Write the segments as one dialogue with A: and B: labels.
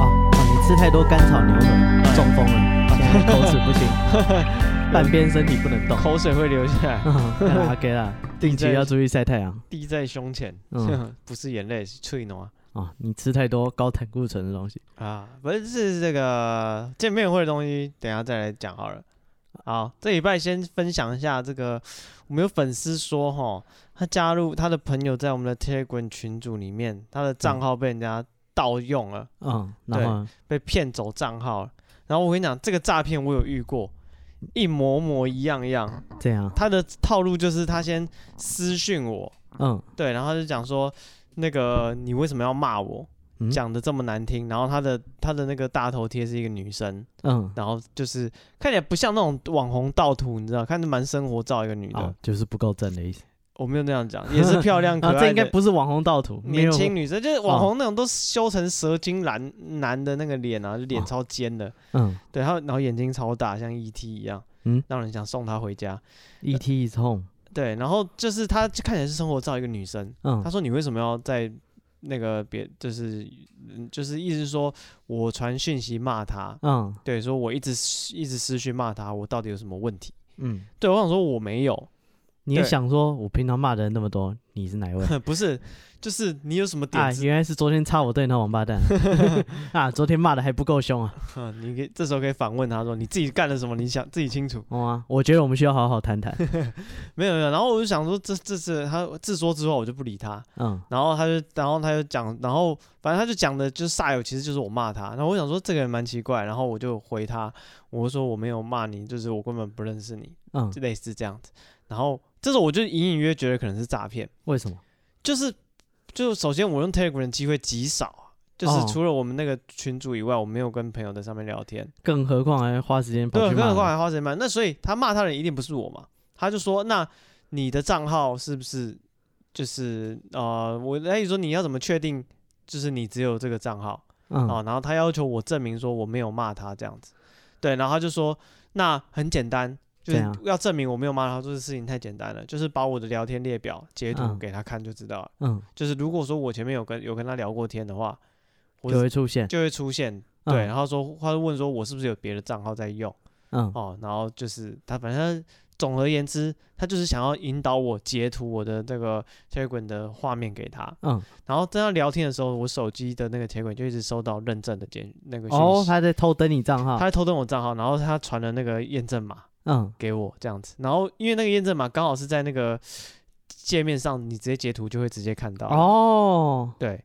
A: 哦多甘草牛奶，中风 了，现在口齿不清，半边身体不能 动。
B: 口水会流下来，
A: 阿给啦，定期要注意晒太阳
B: 滴在胸前，
A: 嗯
B: 不是眼泪，是脆挪
A: 啊！你吃太多高胆固醇的东西，
B: 啊，不是是这个见面会的东西，等一下再来讲好了。好，这礼拜先分享一下这个，我们有粉丝说哈，他加入他的朋友在我们的 Telegram 群组里面，他的账号被人家盗用了，
A: 嗯，然后呢
B: 被骗走账号了。然后我跟你讲，这个诈骗我有遇过，一模模一样样。
A: 这样，
B: 他的套路就是他先私讯我，
A: 嗯
B: 对，然后他就讲说，那个你为什么要骂我
A: 嗯？
B: 讲的这么难听，然后他的他的那个大头贴是一个女生，
A: 嗯，
B: 然后就是看起来不像那种网红盗图，你知道，看着蛮生活照一个女的，
A: 哦，就是不够正的意思
B: 我没有那样讲，也是漂亮可
A: 啊
B: 爱，的、
A: 这应该不是网红盗图，没
B: 年
A: 有
B: 轻，女生，就是网红那种都修成蛇精男男的那个脸啊，就
A: 哦
B: 脸超尖的，
A: 嗯
B: 对，然后然后眼睛超大，像 ET 一样，
A: 嗯
B: 让人想送她回家，
A: ，ET is E home，
B: 对，然后就是她就看起来是生活照一个女生，他
A: 嗯
B: 说你为什么要在那个别就是嗯就是意思是说我传讯息骂他，
A: 嗯
B: 对，说我一直私一直私讯骂他，我到底有什么问题？
A: 嗯，
B: 对我想说我没有，
A: 你也
B: 对
A: 想说，我平常骂的人那么多，你是 哪一位？
B: 不是，就是你有什么点
A: 啊，
B: 子？
A: 原来是昨天插我队那王八 蛋啊！昨天骂的还不够凶啊！
B: 哼你可以这时候可以反问他说你自己干了什么？你想自己清楚。
A: 哦啊，我觉得我们需要好好谈谈。
B: 没有没有，然后我就想说这这是他自说自话，我就不理他。
A: 嗯
B: 然后他就，然后他就讲，然后反正他就讲的就是煞有其事，就是我骂他。然后我想说这个人蛮奇怪，然后我就回他，我就说我没有骂你，就是我根本不认识你，
A: 嗯，
B: 就类似这样子。然后这时候我就隐隐约觉得可能是诈骗，
A: 为什么？
B: 就是就首先我用 Telegram 的机会极少啊，就是
A: 哦
B: 除了我们那个群组以外，我没有跟朋友在上面聊天。
A: 更何况还花时间跑
B: 对，
A: 去
B: 更
A: 骂
B: 何况
A: 人。
B: 还花钱买。那所以他骂他的人一定不是我嘛？他就说：“那你的账号是不是就是呃，我那你说你要怎么确定就是你只有这个账号
A: 嗯
B: 啊？”然后他要求我证明说我没有骂他这样子。对，然后他就说：“那很简单，就是
A: 怎样
B: 要证明我没有骂他，这个事情太简单了，就是把我的聊天列表截图
A: 嗯
B: 给他看就知道了。
A: 嗯，
B: 就是如果说我前面有跟有跟他聊过天的话，我
A: 就会出现。
B: 就会出现。”
A: 嗯
B: 对，然啊后说，他就问说，我是不是有别的账号在用？
A: 嗯
B: 哦，然后就是他，反正他总而言之，他就是想要引导我截图我的这个铁轨的画面给他。
A: 嗯，
B: 然后跟他聊天的时候，我手机的那个铁轨就一直收到认证的简那个讯
A: 哦，
B: 息，
A: 他在偷登你账号。
B: 他偷登我账号，然后他传了那个验证码
A: 嗯
B: 给我这样子。然后因为那个验证码刚好是在那个界面上，你直接截图就会直接看到。，
A: 哦，
B: 对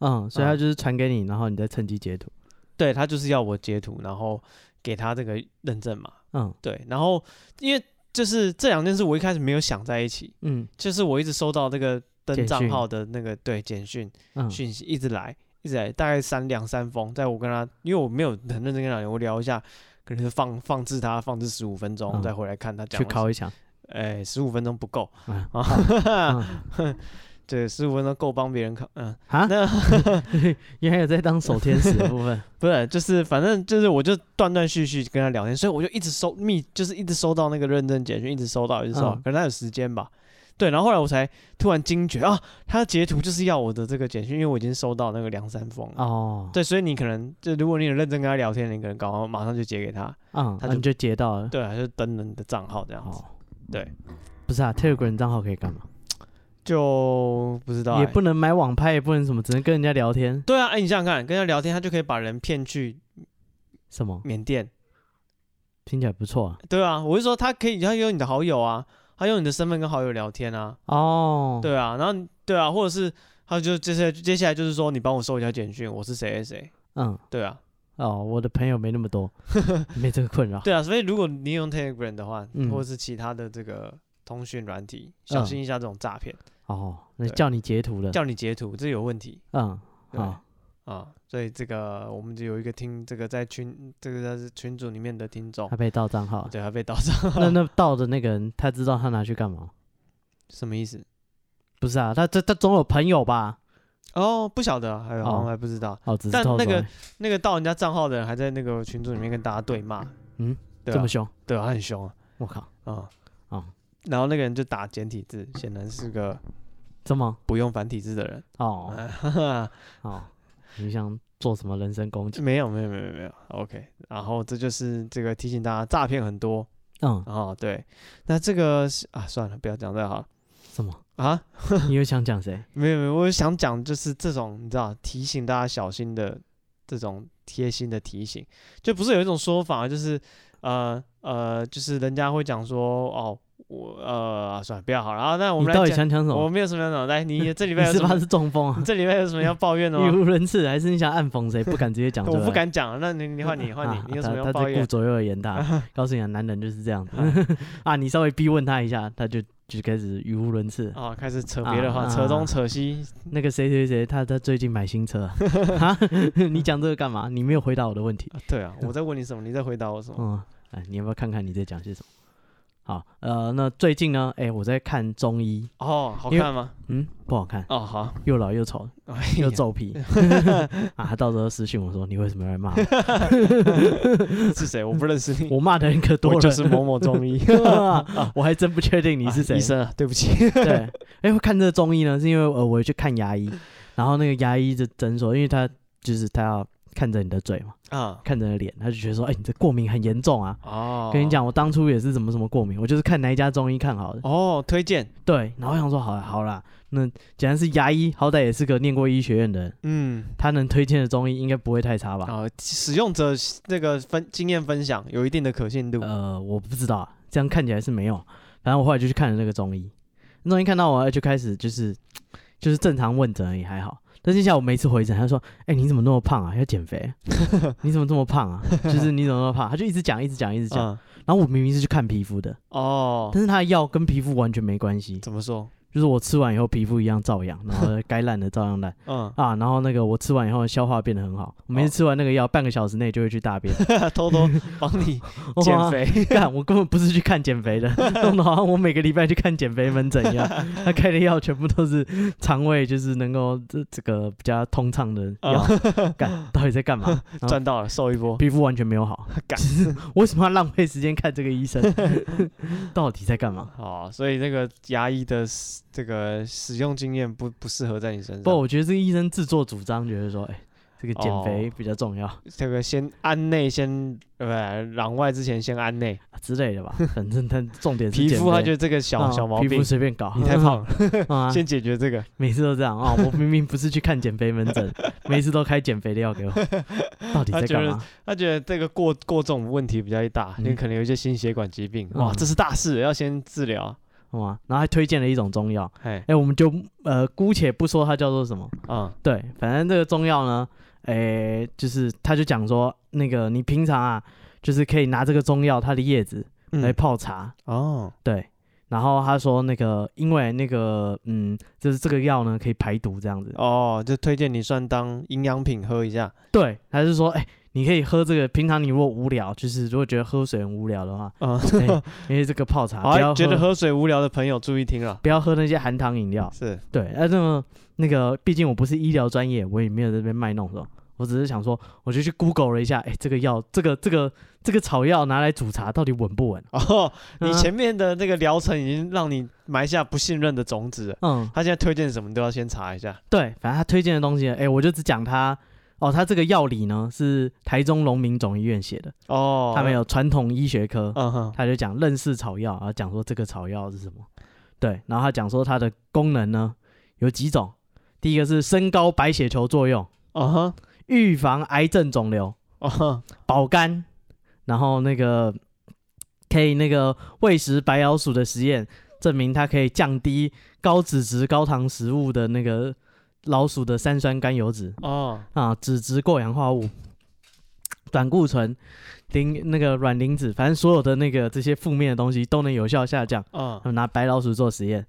A: 嗯，所以他
B: 嗯
A: 就是传给你，然后你再趁机截图。
B: 对，他就是要我截图，然后给他这个认证码。
A: 嗯
B: 对，然后因为就是这两件事，我一开始没有想在一起。
A: 嗯
B: 就是我一直收到这个登
A: 简
B: 账
A: 讯
B: 号的那个对简讯
A: 嗯
B: 讯息一直来一直来，大概三两三封，在我跟他，因为我没有很认真跟他聊，我聊一下，可能是放放置他放置十五分钟，
A: 嗯
B: 再回来看他讲
A: 去
B: 了什么。
A: 考一场。
B: 哎，十五分钟不 够
A: 啊
B: 啊，
A: 嗯
B: 对，十五分钟够帮别人考，嗯，
A: 啊
B: 那
A: 原来有在当守天使的部分。
B: 不是，就是反正就是我就断断续续跟他聊天，所以我就一直收密，就是一直收到那个认证简讯，一直收到，一直收到，
A: 嗯
B: 可能他有时间吧。对，然后后来我才突然惊觉啊，他的截图就是要我的这个简讯，因为我已经收到那个两三封了。
A: 哦，
B: 对，所以你可能就如果你有认真跟他聊天，你可能搞好马上就截给他，
A: 嗯，
B: 他
A: 那
B: 就
A: 你就截到了。
B: 对，还是登了你的账号这样子，
A: 哦，
B: 对，
A: 不是啊，Telegram 账号可以干嘛？
B: 就不知道、
A: 也
B: 欸
A: 不能买网拍，也不能什么，只能跟人家聊天。
B: 对啊，哎、你想想看，跟他聊天，他就可以把人骗去
A: 什么？
B: 缅甸，
A: 听起来不错啊。
B: 对啊，我是说他可以，他有你的好友啊，他用你的身份跟好友聊天啊，
A: 哦，，
B: 对啊，然后你对啊，或者是他就接下来接下来就是说，你帮我收一下简讯，我是谁谁谁，
A: 嗯，
B: 对啊，
A: 哦，我的朋友没那 么多，没这个困扰。
B: 对啊，所以如果你用 Telegram 的话，
A: 嗯
B: 或者是其他的这个通讯软体，小心一下这种诈骗，
A: 哦，那
B: 对
A: 叫你截图的，
B: 叫你截图，这有问题
A: 嗯，
B: 对
A: 好，
B: 啊。所以这个我们就有一个听这个在群这个在群组里面的听众
A: 他，被盗账号了。
B: 对，他被盗账，
A: 那那盗的那个人，他知道他拿去干嘛？
B: 什么意思？
A: 不是啊，他这他总有朋友吧？
B: 哦，不晓得啊，还有好像
A: 哦
B: 还不知道，
A: 哦，只是
B: 但
A: 偷
B: 那
A: 走
B: 个
A: 而已
B: 那个盗人家账号的人还在那个群组里面跟大家对骂，
A: 嗯，
B: 对
A: 这
B: 啊
A: 么，凶，
B: 对啊，他很凶啊，
A: 我靠，
B: 啊
A: 哦
B: 然后那个人就打简体字，显然是个
A: 这么
B: 不用繁体字的人。
A: 哦
B: 哈哈
A: 哦，你想做什么人身攻 击。
B: 没有没有没有没有，OK。然后这就是这个提醒大家，诈骗很多
A: 嗯，
B: 哦。对，那这个是啊，算了，不要讲这个好了
A: 什么？
B: 啊。
A: 你又想讲谁？
B: 没有没有，我想讲就是这种你知道提醒大家小心的这种贴心的提醒，就不是有一种说法就是呃呃，就是人家会讲说哦我呃、啊算了不要好了，然后那我
A: 你
B: 们
A: 到
B: 来
A: 底
B: 讲，
A: 想讲什
B: 我
A: 么？
B: 没有什么要讲，来你这礼
A: 你
B: 拜有
A: 是
B: 什
A: 怕
B: 么
A: 是？中风
B: 你
A: 啊？
B: 这礼拜有什么要抱怨的吗？
A: 语无伦次，还是你想暗讽谁？不敢直接讲。
B: 我
A: 对
B: 不
A: 对
B: 敢讲，那你你换你换
A: 啊
B: 你，你有什么
A: 他
B: 要
A: 他
B: 抱
A: 在顾
B: 怨？
A: 左右而 言他，告诉你啊，男人就是这样子 啊。你稍微逼问他一下，他就就开始语无伦次。
B: 哦，开始扯别的
A: 啊
B: 话，
A: 啊
B: 扯
A: 啊
B: 东扯西，
A: 那个谁谁谁，他他最近买 新车啊？啊 你讲这个干嘛？你没有回答我的问题。
B: 啊对 啊，我在问你什么，你在回答我什么？
A: 嗯，哎，你要不要看看你在讲些什么？好，呃，那最近呢，哎，我在看中医，
B: 哦，好
A: 因为
B: 看吗？
A: 嗯，不好看，
B: 哦，好，
A: 又老又丑，
B: 哎
A: 又
B: 呀，
A: 皱皮啊！他到时候私信我说你为什么要来骂我？
B: 是谁？我不认识你，
A: 我骂的人可多
B: 我
A: 了，
B: 就是 某某中医。
A: 我还真不确定你是
B: 啊
A: 谁
B: 啊医。生啊，对不起。
A: 对，哎、会看这个中医呢，是因为呃，我去看牙医，然后那个牙医的诊所，因为他就是他要看着你的嘴嘛，
B: 啊，
A: 看着你的脸，他就觉得说，哎、你这过敏很严重啊。
B: 哦，
A: 跟你，讲，我当初也是怎么怎么过敏，我就是看哪一家中医看好的。
B: 哦，推荐，
A: 对，然后我想说，好啦好啦，那既然是牙医，好歹也是个念过医学院的人，
B: 嗯，
A: 他能推荐的中医应该不会太差吧？
B: 啊，使用者那个分经验分享有一定的可信度。
A: 呃，我不知道啊，这样看起来是没有。反正我后来就去看了那个中医，那中医看到我就开始就是就是正常问诊而已，还好。但是下午每次回诊，他就说：“哎、你怎么那么胖啊？要 减肥？你怎么这么胖啊？就是你怎么那么胖？”他就一直讲，一直讲，一直讲。
B: 嗯，
A: 然后我明明是去看皮肤的，
B: 哦，
A: 但是他的药跟皮肤完全没关系，
B: 怎么说？
A: 就是我吃完以后皮肤一样照样，然后该烂的照样烂
B: 嗯，
A: 啊。然后那个我吃完以后消化变得很好，我每
B: 哦
A: 次吃完那个药，半个小时内就会去大便
B: 偷 偷帮你
A: 哇
B: 减肥。
A: 干，我根本不是去看减肥的，弄得好像我每个礼拜去看减肥门诊一样。他开的药全部都是肠胃就是能够这这个比较通畅的药
B: 啊，
A: 干到底在 干嘛？然后
B: 赚到了，瘦一波。
A: 皮肤完全没有好，
B: 干
A: 就是为什么要浪费时间看这个医生？ 到底在干嘛？
B: 哦，所以那个牙医的使这个使用经验不不适合在你身上。
A: 不，我觉得这个医生自作主张，觉得说，哎、这个减肥
B: 哦
A: 比较重要、啊
B: 这个先安内先，呃，不攘外之前先安内。
A: 之类的吧。反正他重点是
B: 皮
A: 减
B: 肤他
A: 肥
B: 觉得这个小
A: 啊
B: 小毛
A: 皮
B: 病
A: 肤，随便搞，
B: 你太胖了，
A: 啊！
B: 先解决这个。
A: 每次都这 样啊、我明明不是去看减肥门诊，每次都开减肥的 药给我，到底在干嘛？
B: 他觉得这个过过重问题比较大，
A: 嗯
B: 你可能有一些心血管疾病，哇，
A: 嗯
B: 这是大事，要先治疗。
A: 哇！然后还推荐了一种中药，
B: 哎
A: 哎、，我们就呃姑且不说它叫做什么，
B: 嗯，
A: 对，反正这个中药呢，哎、就是他就讲说，那个你平常啊，就是可以拿这个中药它的叶子
B: 嗯
A: 来泡茶，
B: 哦，
A: 对。然后他说那个，因为那个，嗯，就是这个药呢可以排毒这样子。
B: 哦，就推荐你算当营养品喝一下。
A: 对，他是说，哎、你可以喝这个。平常你如果无聊，就是如果觉得喝水很无聊的话，哎
B: 嗯，
A: 对，因为这个泡茶，
B: 好
A: 不要
B: 啊，觉得喝水无聊的朋友注意听了。
A: 不要喝那些含糖饮料。
B: 是，
A: 对，啊，那么那个，毕竟我不是医疗专业，我也没有在这边卖弄什么，我只是想说，我就去 Google 了一下，哎，这个药，这个这个这个草药拿来煮茶到底稳不稳？
B: 哦，你
A: 啊
B: 前面的那个疗程已经让你埋下不信任的种子了。
A: 嗯，
B: 他现在推荐什么你都要先查一下。
A: 对，反正他推荐的东西，哎，我就只讲他。哦，他这个药理呢是台中农民总医院写的，
B: 哦，
A: 他们有传统医学科，
B: 嗯哼，
A: 他就讲认识草药，然后讲说这个草药是什么，对，然后他讲说它的功能呢有几种，第一个是升高白血球作用，
B: 嗯哼，
A: 预防癌症肿瘤，
B: 嗯哼，
A: 保肝，然后那个可以那个喂食白老鼠的实验证明它可以降低高脂质高糖食物的那个老鼠的三酸甘油脂
B: 哦，
A: 啊，脂质过氧化物。短固醇、磷那个软磷脂，反正所有的那个这些负面的东西都能有效下降。
B: 嗯
A: 他，们拿白老鼠做实验，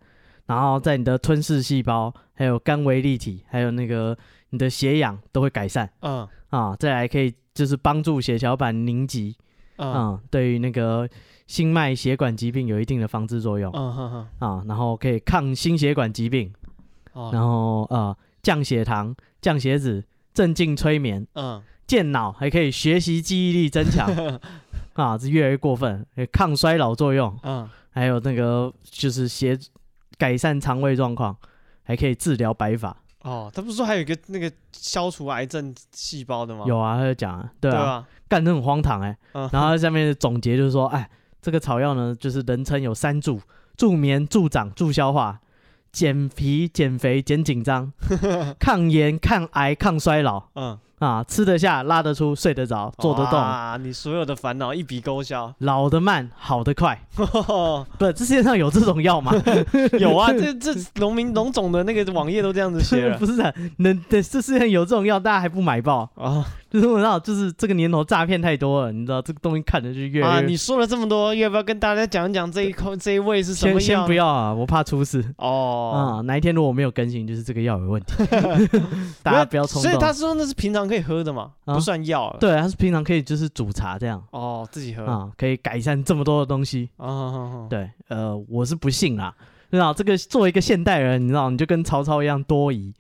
A: 然后在你的吞噬细胞、还有肝微粒体、还有那个你的血氧都会改善
B: 嗯，
A: 啊。再来可以就是帮助血小板凝集
B: 嗯，
A: 啊，对于那个心脉血管疾病有一定的防治作用
B: 嗯哼哼，
A: 啊。然后可以抗心血管疾病，然
B: 哦，
A: 后呃降血糖、降血脂、镇静催眠、
B: 嗯，
A: 健脑，还可以学习记忆力增强 啊，这越来越过分，还有抗衰老作用。
B: 嗯，
A: 还有那个就是协改善肠胃状况，还可以治疗白发
B: 哦，他不是说还有一个那个消除癌症细胞的吗？
A: 有啊，他就讲啊，对
B: 对
A: 啊，
B: 吧？
A: 干得很荒唐哎、
B: 嗯
A: 然后他下面总结就是说，哎，这个草药呢，就是人称有三助：助眠、助长、助消化。减皮、减肥、减 紧张，抗炎、抗癌、抗衰老
B: 嗯，
A: 啊，吃得下、拉得出、睡得着、做得动，
B: 啊，你所有的烦恼一笔勾 销。
A: 老得慢，好得快。不，这世界上有这种 药吗？
B: 有啊，这这农民农总的那个网页都这样子写了
A: 不是啊，能这世界上有这种药，大家还不买爆？
B: 啊
A: 就是我知道，就是这个年头诈骗太多了，你知道这个东西看着就越
B: 啊！
A: 越
B: 你说了这么多，要不要跟大家讲一讲这一口这一位是什
A: 先
B: 么
A: 先
B: 药
A: 不？要啊，我怕出事
B: 哦，
A: 啊、哪一天如果我没有更新，就是这个药有 问题，大家不要冲
B: 所以
A: 动。
B: 他说那是平常可以喝的嘛，
A: 啊
B: 不算药了。
A: 对，他是平常可以就是煮茶这样
B: 哦，自己喝啊
A: 啊、可以改善这么多的东西。
B: 哦哦，哦
A: 对，呃，我是不信啦，你知道这个作为一个现代人，你知道你就跟曹操一样多疑。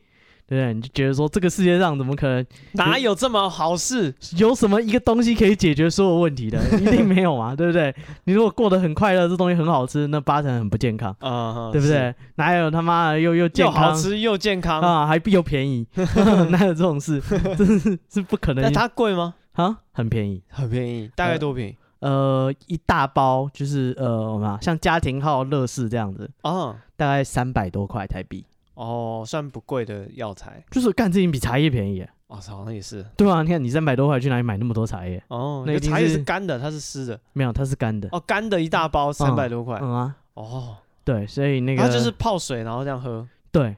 A: 对不对？你就觉得说这个世界上怎么可能
B: 哪有这么好事？
A: 有什么一个东西可以解决所有问题的？一定没有嘛，对不 对？你如果过得很快乐，这东西很好吃，那八成很不健康，
B: 啊，
A: 对不
B: 是？
A: 对？哪有他妈的又又健
B: 又
A: 康
B: 好吃又健康，
A: 啊，还又 便宜， 哪有这种事？真是是不可
B: 那
A: 能
B: 它贵吗？
A: 啊，很便宜。
B: 很便宜，大概
A: 呃
B: 多便宜
A: 呃，一大包就是呃，我们啊像家庭号乐事这样子，
B: 啊？
A: 大概三百多块台币，
B: 哦，算不贵的药材
A: 就是干这已经比茶叶便宜耶，
B: 哦，好像也是
A: 对啊，你看你三百多块去哪里买那么多茶叶？
B: 哦。
A: 那
B: 那
A: 一定
B: 茶叶
A: 是
B: 是干的，它是湿的
A: 没有，它是干的。
B: 哦，干的一大包三百多块
A: 嗯啊，
B: 哦，
A: 对，所以那个
B: 它就是泡水然后这样喝
A: 对，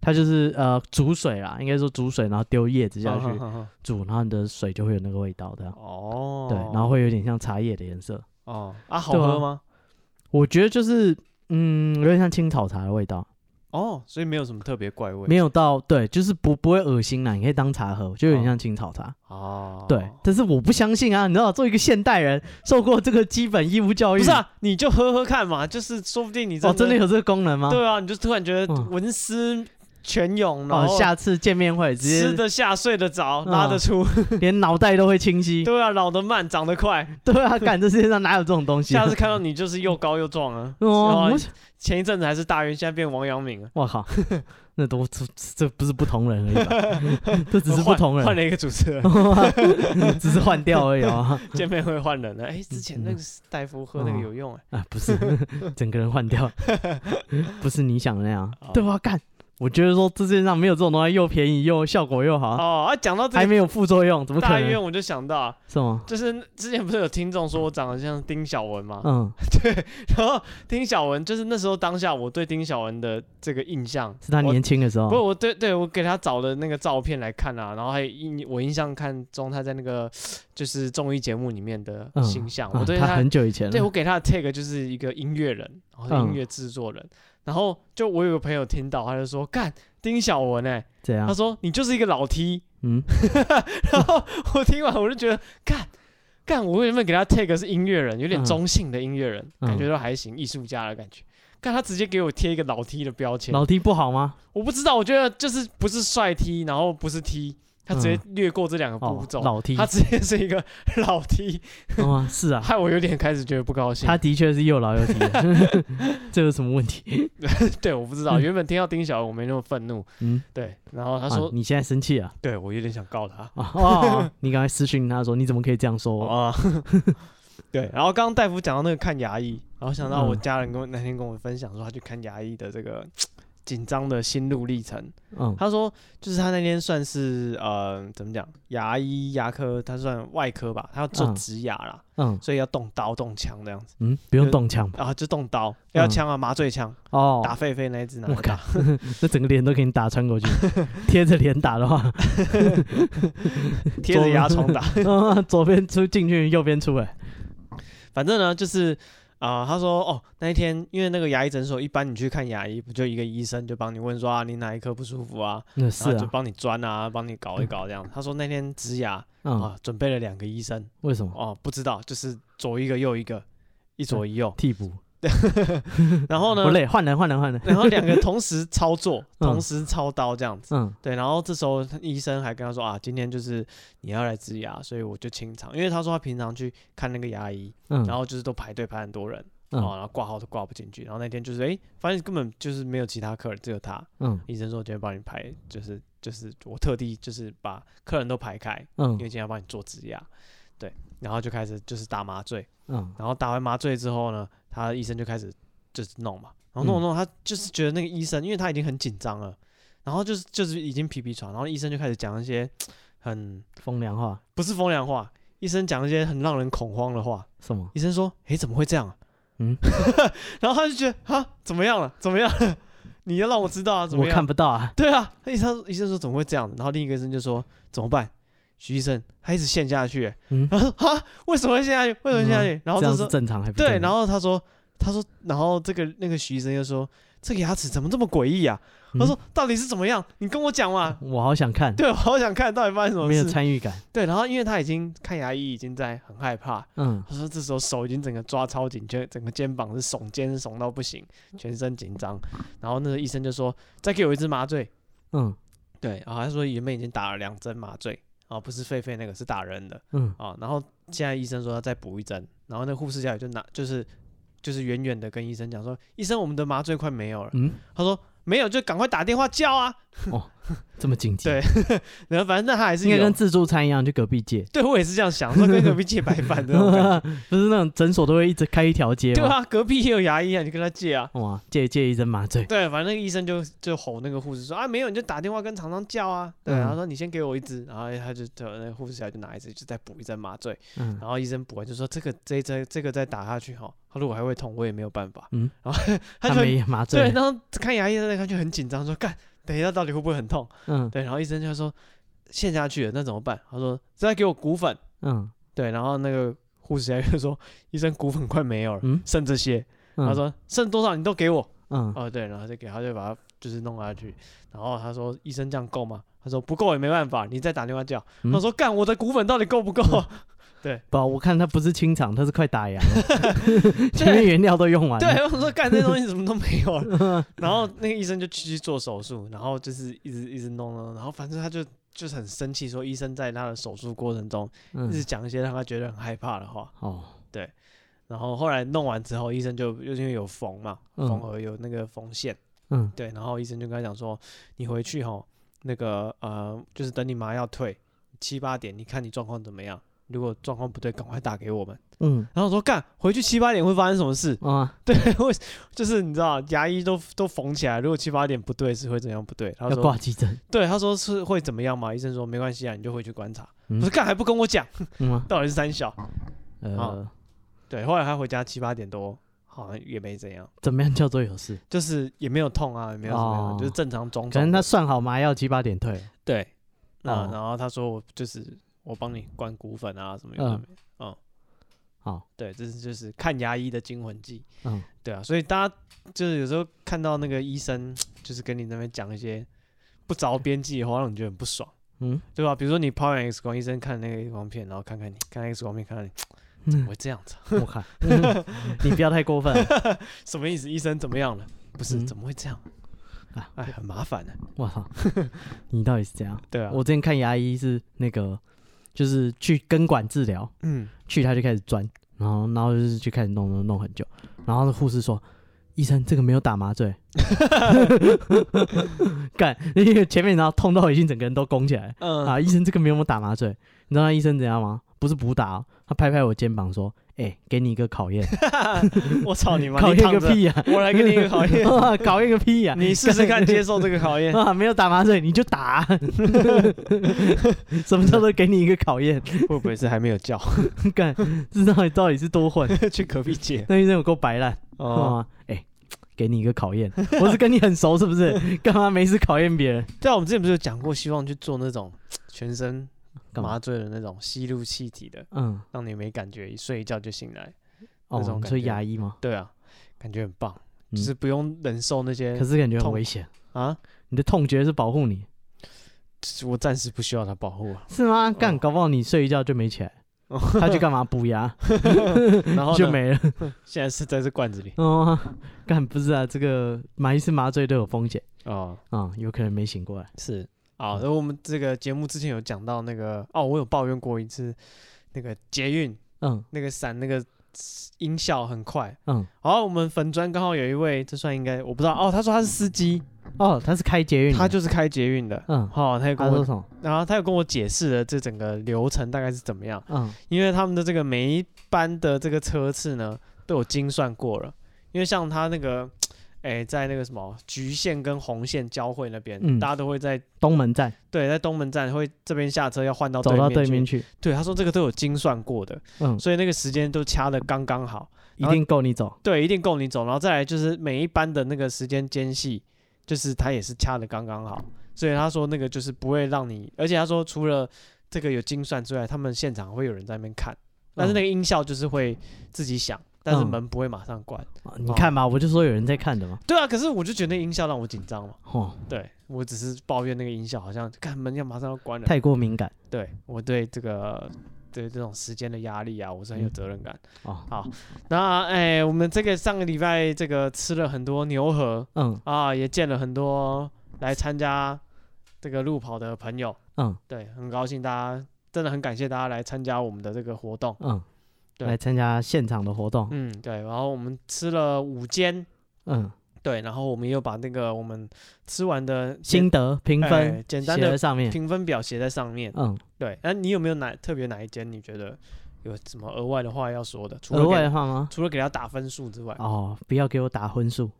A: 它就是呃煮水啦，应该说煮水，然后丢叶子下去、
B: 嗯哼哼
A: 煮，然后你的水就会有那个味道的
B: 哼，哦，
A: 对，然后会有点像茶叶的颜色。
B: 哦啊，好
A: 对啊
B: 喝吗？
A: 我觉得就是嗯，有点像青草茶的味道，
B: 哦，所以没有什么特别怪味
A: 没有到对，就是不不会恶心啦，你可以当茶喝，就有点
B: 哦
A: 像青草茶。
B: 哦。
A: 对，但是我不相信啊，你知道，作为一个现代人，受过这个基本义务教育，
B: 不是啊，你就喝喝看嘛，就是说不定你
A: 哦，
B: 真
A: 真的有这个功能吗？哦
B: 对啊，你就突然觉得
A: 嗯
B: 文思泉涌，然
A: 哦，
B: 后
A: 下次见面会
B: 吃
A: 直接
B: 得下、睡得着、
A: 嗯
B: 拉得出，
A: 连脑袋都会清晰。
B: 对啊，老得慢，长得快。
A: 对啊，干这世界上哪有这种东西啊？
B: 下次看到你就是又高又壮啊！
A: 哦，
B: 然
A: 我
B: 后前一阵子还是大圆，现在变王阳明了，
A: 我靠， 那都这这不是不同人而已吧？ 这只是不
B: 哦换
A: 同
B: 换
A: 人，
B: 了一个主 持人，
A: 只是换掉而已啊！
B: 见面会换人了。
A: 嗯
B: 哎，之前那个大夫喝那个有用哎，
A: 啊，不是， 整个人换掉， 不是你想的那样
B: 哦，
A: 对吧？啊干，我觉得说这世界上没有这种东西，又便宜又效果又好，
B: 哦啊，讲到这
A: 还
B: 个
A: 没有副作用，怎么可
B: 大医
A: 能
B: 院，？我就想到啊，
A: 是吗？
B: 就是之前不是有听众说我长得像丁小文吗？
A: 嗯，
B: 然后丁小文就是那时候当下我对丁小文的这个印象
A: 是他
B: 我
A: 年轻的时
B: 不是
A: 候，
B: 我对对我给他找的那个照片来看啊，然后还有印我印象看中他在那个就是综艺节目里面的
A: 嗯
B: 形象，
A: 啊
B: 我对
A: 他很久以前
B: 对我
A: 了，
B: 给他的 tag 就是一个音乐人，然后
A: 嗯
B: 是音乐制作人，然后就我有个朋友听到他就说干丁小文哎、
A: 怎样
B: 他？说你就是一个老 T，
A: 嗯，
B: 然后我听完我就觉得干。干！我原本给他 tag 是音乐人，有点
A: 嗯
B: 中性的音乐人，
A: 嗯
B: 感觉都还行，艺术家的感觉。干他直接给我贴一个老 T 的标签，
A: 老 T 不好吗？
B: 我不知道，我觉得就是不是帅 T，然后不是 T，他直接略过这两个步
A: 嗯哦
B: 骤，，
A: 老 T，
B: 他直接是一个 老 T，
A: 哦是 啊，
B: 害我有点开始觉得不高兴。
A: 他的确是又 老又 T，的这有什么问题？
B: 对，我不知道，原本听到丁小文我没那么愤怒，
A: 嗯，
B: 对，然后他
A: 他
B: 说，
A: 你现在生气啊？
B: 对我有点想告他
A: 啊 哦，你刚才私讯他说你怎么可以这样说我？
B: 啊。 对，然后刚刚大夫讲到那个看牙医，然后想到我
A: 嗯
B: 家人跟我那天跟我分享说，他去看牙医的这个紧张的心路历程。
A: 嗯，
B: 他说，就是他那天算是呃，怎么讲，牙医牙科，他算外科吧，他要做
A: 嗯
B: 植牙啦，
A: 嗯
B: 所以要动刀动枪这样子
A: 嗯，不用
B: 就
A: 动枪吧？
B: 啊，就动刀，要
A: 嗯
B: 枪啊，麻醉枪，
A: 哦，
B: 打狒狒那一只拿来
A: 我靠
B: 打，
A: 那整个脸都给你打穿过去，贴着脸打 的话，
B: 贴着牙床打。
A: 嗯左边出进去，右边出来。哎
B: 反正呢，就是啊、他说哦，那一天因为那个牙医诊所，一般你去看牙医，不就一个医生就帮你问说啊，你哪一颗不舒服啊，
A: 那
B: 然
A: 是
B: 后就
A: 啊，
B: 帮你钻啊，帮你搞一搞这样。他说那天植牙
A: 嗯，
B: 啊，准备了两个医生
A: 为什么
B: 哦，不知道就是左一个右一个，一左一右，
A: 替补？
B: 然后呢
A: 嗯不，累，换人，换人，换人。
B: 然后两个同时操作，
A: 嗯
B: 同时操刀这样子。
A: 嗯
B: 对，然后这时候他医生还跟他说啊，今天就是你要来植牙，所以我就清场，因为他说他平常去看那个牙医，
A: 嗯，
B: 然后就是都排队排很多人，
A: 嗯
B: 哦，然后挂号都挂不进去，然后那天就是哎、发现根本就是没有其他客人，只有他。
A: 嗯
B: 医生说今天帮你排，就是就是我特地就是把客人都排开，因为
A: 嗯
B: 今天要帮你做指压，对，然后就开始就是打麻醉，
A: 嗯
B: 然后打完麻醉之后呢，他医生就开始就是弄嘛，然后弄
A: 嗯
B: 弄，他就是觉得那个医生，因为他已经很紧张了，然后就是就是已经皮皮喘，然后医生就开始讲一些很
A: 风凉话
B: 不是风凉话，医生讲一些很让人恐慌的话。
A: 什么？
B: 医生说：“诶，怎么会这样、啊？”
A: 嗯，
B: 然后他就觉得啊，怎么样了？怎么样了？你要让我知道啊？怎么
A: 我
B: 样？
A: 看不到啊。
B: 对啊，那医生医生说怎么会这样？然后另一个医生就说怎么办？徐医生他一直陷下去、欸，
A: 嗯
B: 然后说啊为什么会陷下去？为什么会陷下去？然后这
A: 这样
B: 时
A: 是
B: 候
A: 正常还不
B: 对，
A: 正常
B: 然后他说他说，然后这个那个徐医生就说这个牙齿怎么这么诡异啊？他说
A: 嗯
B: 到底是怎么样？你跟我讲嘛。
A: 我好想看，
B: 对，我好想看到底发生什么
A: 没有
B: 事。
A: 参与感。
B: 对，然后因为他已经看牙医已经在很害怕，
A: 嗯
B: 他说这时候手已经整个抓超紧，就整个肩膀是耸肩耸到不行，全身紧张。然后那个医生就说再给我一支麻醉，
A: 嗯
B: 对，然后他说原本已经打了两针麻醉，啊，不是狒狒那个是打人的
A: 嗯
B: 啊，然后现在医生说要再补一针，然后那个护士小姐就拿就是就是远远的跟医生讲说，医生我们的麻醉快没有了，
A: 嗯，
B: 他说没有就赶快打电话叫啊，
A: 这么紧急，
B: 对然后反正那他还是
A: 应该
B: 有
A: 跟，自助餐一样，就隔壁借。
B: 对我也是这样想，说跟隔壁借白饭这种感 觉，
A: 不是那种诊所都会一直开一条街
B: 对
A: 吗？
B: 啊，隔壁也有牙医啊，你跟他借啊。
A: 哇，借借一针麻醉，
B: 对，反正那个医生就就吼那个护士说啊，没有你就打电话跟厂商叫啊，对，
A: 嗯
B: 然后说你先给我一支，然后他就他那个护士小姐就拿一支，就再补一针麻醉，
A: 嗯
B: 然后医生补完就说这个这一针这个再打下去哈，他如果还会痛，我也没有办法。
A: 嗯，
B: 然后他
A: 他
B: 就很
A: 没麻醉
B: 对，，然后看牙医的那个他就很紧张，说干，等一下到底会不会很痛？
A: 嗯
B: 对，然后医生就说陷下去了，那怎么办？他说再给我骨粉，
A: 嗯
B: 对，然后那个护士小姐就说医生骨粉快没有了，
A: 嗯
B: 剩这些，
A: 嗯，
B: 他说剩多少你都给我，
A: 嗯
B: 哦对，然后就给他就把他就是弄下去，然后他说医生这样够吗？他说不够也没办法，你再打电话叫。
A: 嗯
B: 他说干我的骨粉到底够不 够？
A: 不，我看他不是清肠，他是快打烊 了，前面原料都用完了。
B: 对，我说干这东西怎么都没有 了然后那个医生就去做手术，然后就是一直一直弄弄，然后反正他就就是很生气，说医生在他的手术过程中一直
A: 嗯，
B: 讲一些让他觉得很害怕的话。
A: 哦，
B: 然后后来弄完之后，医生就又因为有缝嘛，缝
A: 嗯
B: 合有那个缝线，
A: 嗯
B: 对，然后医生就跟他讲说，你回去吼，那个呃，就是等你麻药退七八点，你看你状况怎么样。如果状况不对，赶快打给我们。
A: 嗯
B: 然后我说干，回去七八点会发生什么事？
A: 啊，
B: 对，我就是你知道，牙医都都缝起来，如果七八点不对是会怎样不对？他
A: 要
B: 说
A: 挂急诊，
B: 对，他说是会怎么样嘛？医生说没关系啊，你就回去观察。
A: 嗯
B: 我说干还不跟我讲，
A: 嗯啊
B: 到底是三小？
A: 呃
B: 好，对，后来他回家七八点多，好像也没怎样，
A: 怎么样叫做有事？
B: 就是也没有痛啊，也没有什么样，
A: 哦
B: 就是正常中。
A: 可能他算好麻药七八点退了，
B: 对，啊、
A: 哦
B: 然后他说我就是我帮你灌骨粉啊什么有的
A: 嗯
B: 没嗯，
A: 好，
B: 对，这是就是看牙医的惊魂记。
A: 哦嗯
B: 对啊，所以大家就是有时候看到那个医生，就是跟你那边讲一些不着边际的话，让你觉得很不爽，
A: 嗯
B: 对吧？比如说你抛完 X 光，医生看那个 X 光片，然后看看你，看 X 光片，看看 你，怎么
A: 嗯，
B: 会这样子啊？
A: 我看，嗯 你不要太过分了，
B: 什么意思？医生怎么样了？不是，
A: 嗯
B: 怎么会这样？
A: 啊
B: 哎，很麻烦的、
A: 我操，你到底是怎样？
B: 对啊，
A: 我之前看牙医是那个，就是去根管治疗，
B: 嗯，
A: 去他就开始钻，然后然后就是就开始弄弄弄很久，然后护士说：“医生，这个没有打 麻醉。” 干，那个前面然后痛到已经整个人都弓起来了
B: 嗯
A: 啊！医生，这个没有打麻醉，你知道那医生怎样吗？不是补打哦、他拍拍我肩膀说：“哎、给你一个考验，
B: 嗯我操 你妈！
A: 考
B: 你躺
A: 验个
B: 着！
A: 屁呀、
B: 我来给你一个考验，
A: 啊！考验个屁呀、
B: 你试试看接受这个考 验。
A: 啊，没有打麻醉你就 打，啊 什么叫做给你一个考验？
B: 会不会是还没有叫
A: 干， 这到底到底是 多混？
B: 去隔壁借？
A: 那医生有够白烂，知道
B: 哦，
A: 吗？哎、给你一个考验，我是跟你很熟是不是？干嘛没事考验别人？
B: 对啊，我们之前不是有讲过，希望去做那种全身
A: 干嘛
B: 麻醉的那种吸入气体的，
A: 嗯，
B: 让你没感觉，一睡一觉就醒来。那
A: 哦
B: 种，
A: 你
B: 感
A: 说
B: 觉
A: 牙医吗？
B: 对啊，感觉很棒，
A: 嗯
B: 就是不用忍受那些
A: 可是感觉很
B: 痛哦
A: 危险，
B: 啊。
A: 你的痛觉是保护你，
B: 我暂时不需要它保护 啊。
A: 是吗？干，
B: 哦
A: 搞不好你睡一觉就没起来，
B: 哦
A: 他去干嘛补牙
B: 然后呢
A: 就，没了。
B: 现在是在这罐子里
A: 哦，干不是啊，这个买一次麻醉都有风险
B: 哦，
A: 啊、有可能没醒过来。
B: 是啊。
A: 嗯
B: 然后我们这个节目之前有讲到那个哦，我有抱怨过一次那个捷运
A: 嗯
B: 那个闪那个音效很快。
A: 嗯，
B: 然后我们粉砖刚好有一位，这算应该我不知道哦，他说他是司机，
A: 哦，他是开捷运的，
B: 他就是开捷运的。
A: 嗯，
B: 好、他也跟
A: 他
B: 我
A: 说，什么？
B: 然后他又跟我解释了这整个流程大概是怎么样，
A: 嗯，
B: 因为他们的这个每一班的这个车次呢都有精算过了，因为像他那个，哎，在那个什么橘线跟红线交汇那边，
A: 嗯
B: 大家都会在
A: 东门站
B: 对在东门站会这边下车要换到
A: 走到
B: 对
A: 对面
B: 面去，
A: 去，
B: 对他说这个都有精算过的，
A: 嗯，
B: 所以那个时间都掐的刚刚好。
A: 一定够你走。
B: 对，一定够你走。然后再来就是每一班的那个时间间隙，就是他也是掐的刚刚好，所以他说那个就是不会让你，而且他说除了这个有精算之外，他们现场会有人在那边看，但是那个音效就是会自己响，但是
A: 嗯
B: 门不会马上关。
A: 哦你看嘛，我就说有人在看的嘛。
B: 对啊，可是我就觉得那个音效让我紧张嘛。
A: 哦，
B: 对我只是抱怨那个音效好像看门要马上要关了。
A: 太过敏感
B: 对我对这个对这种时间的压力啊，我是很有
A: 嗯
B: 责任感。
A: 哦。
B: 那哎、我们这个上个礼拜这个吃了很多牛河。
A: 嗯
B: 啊，也见了很多来参加这个路跑的朋友，
A: 嗯
B: 对，很高兴大家，真的很感谢大家来参加我们的这个活动。
A: 嗯，
B: 对
A: 来参加现场的活动。
B: 嗯，对，然后我们吃了五间，
A: 嗯，
B: 对，然后我们又把那个我们吃完的
A: 心得评
B: 哎
A: 分
B: 简单
A: 写
B: 的
A: 在上面。
B: 评分表写在上面。
A: 嗯，
B: 对，那你有没有哪特别哪一间你觉得有什么额外的话要说的？除了
A: 额
B: 给
A: 外的话吗？
B: 除了给他打分数之外，
A: 哦，不要给我打荤素，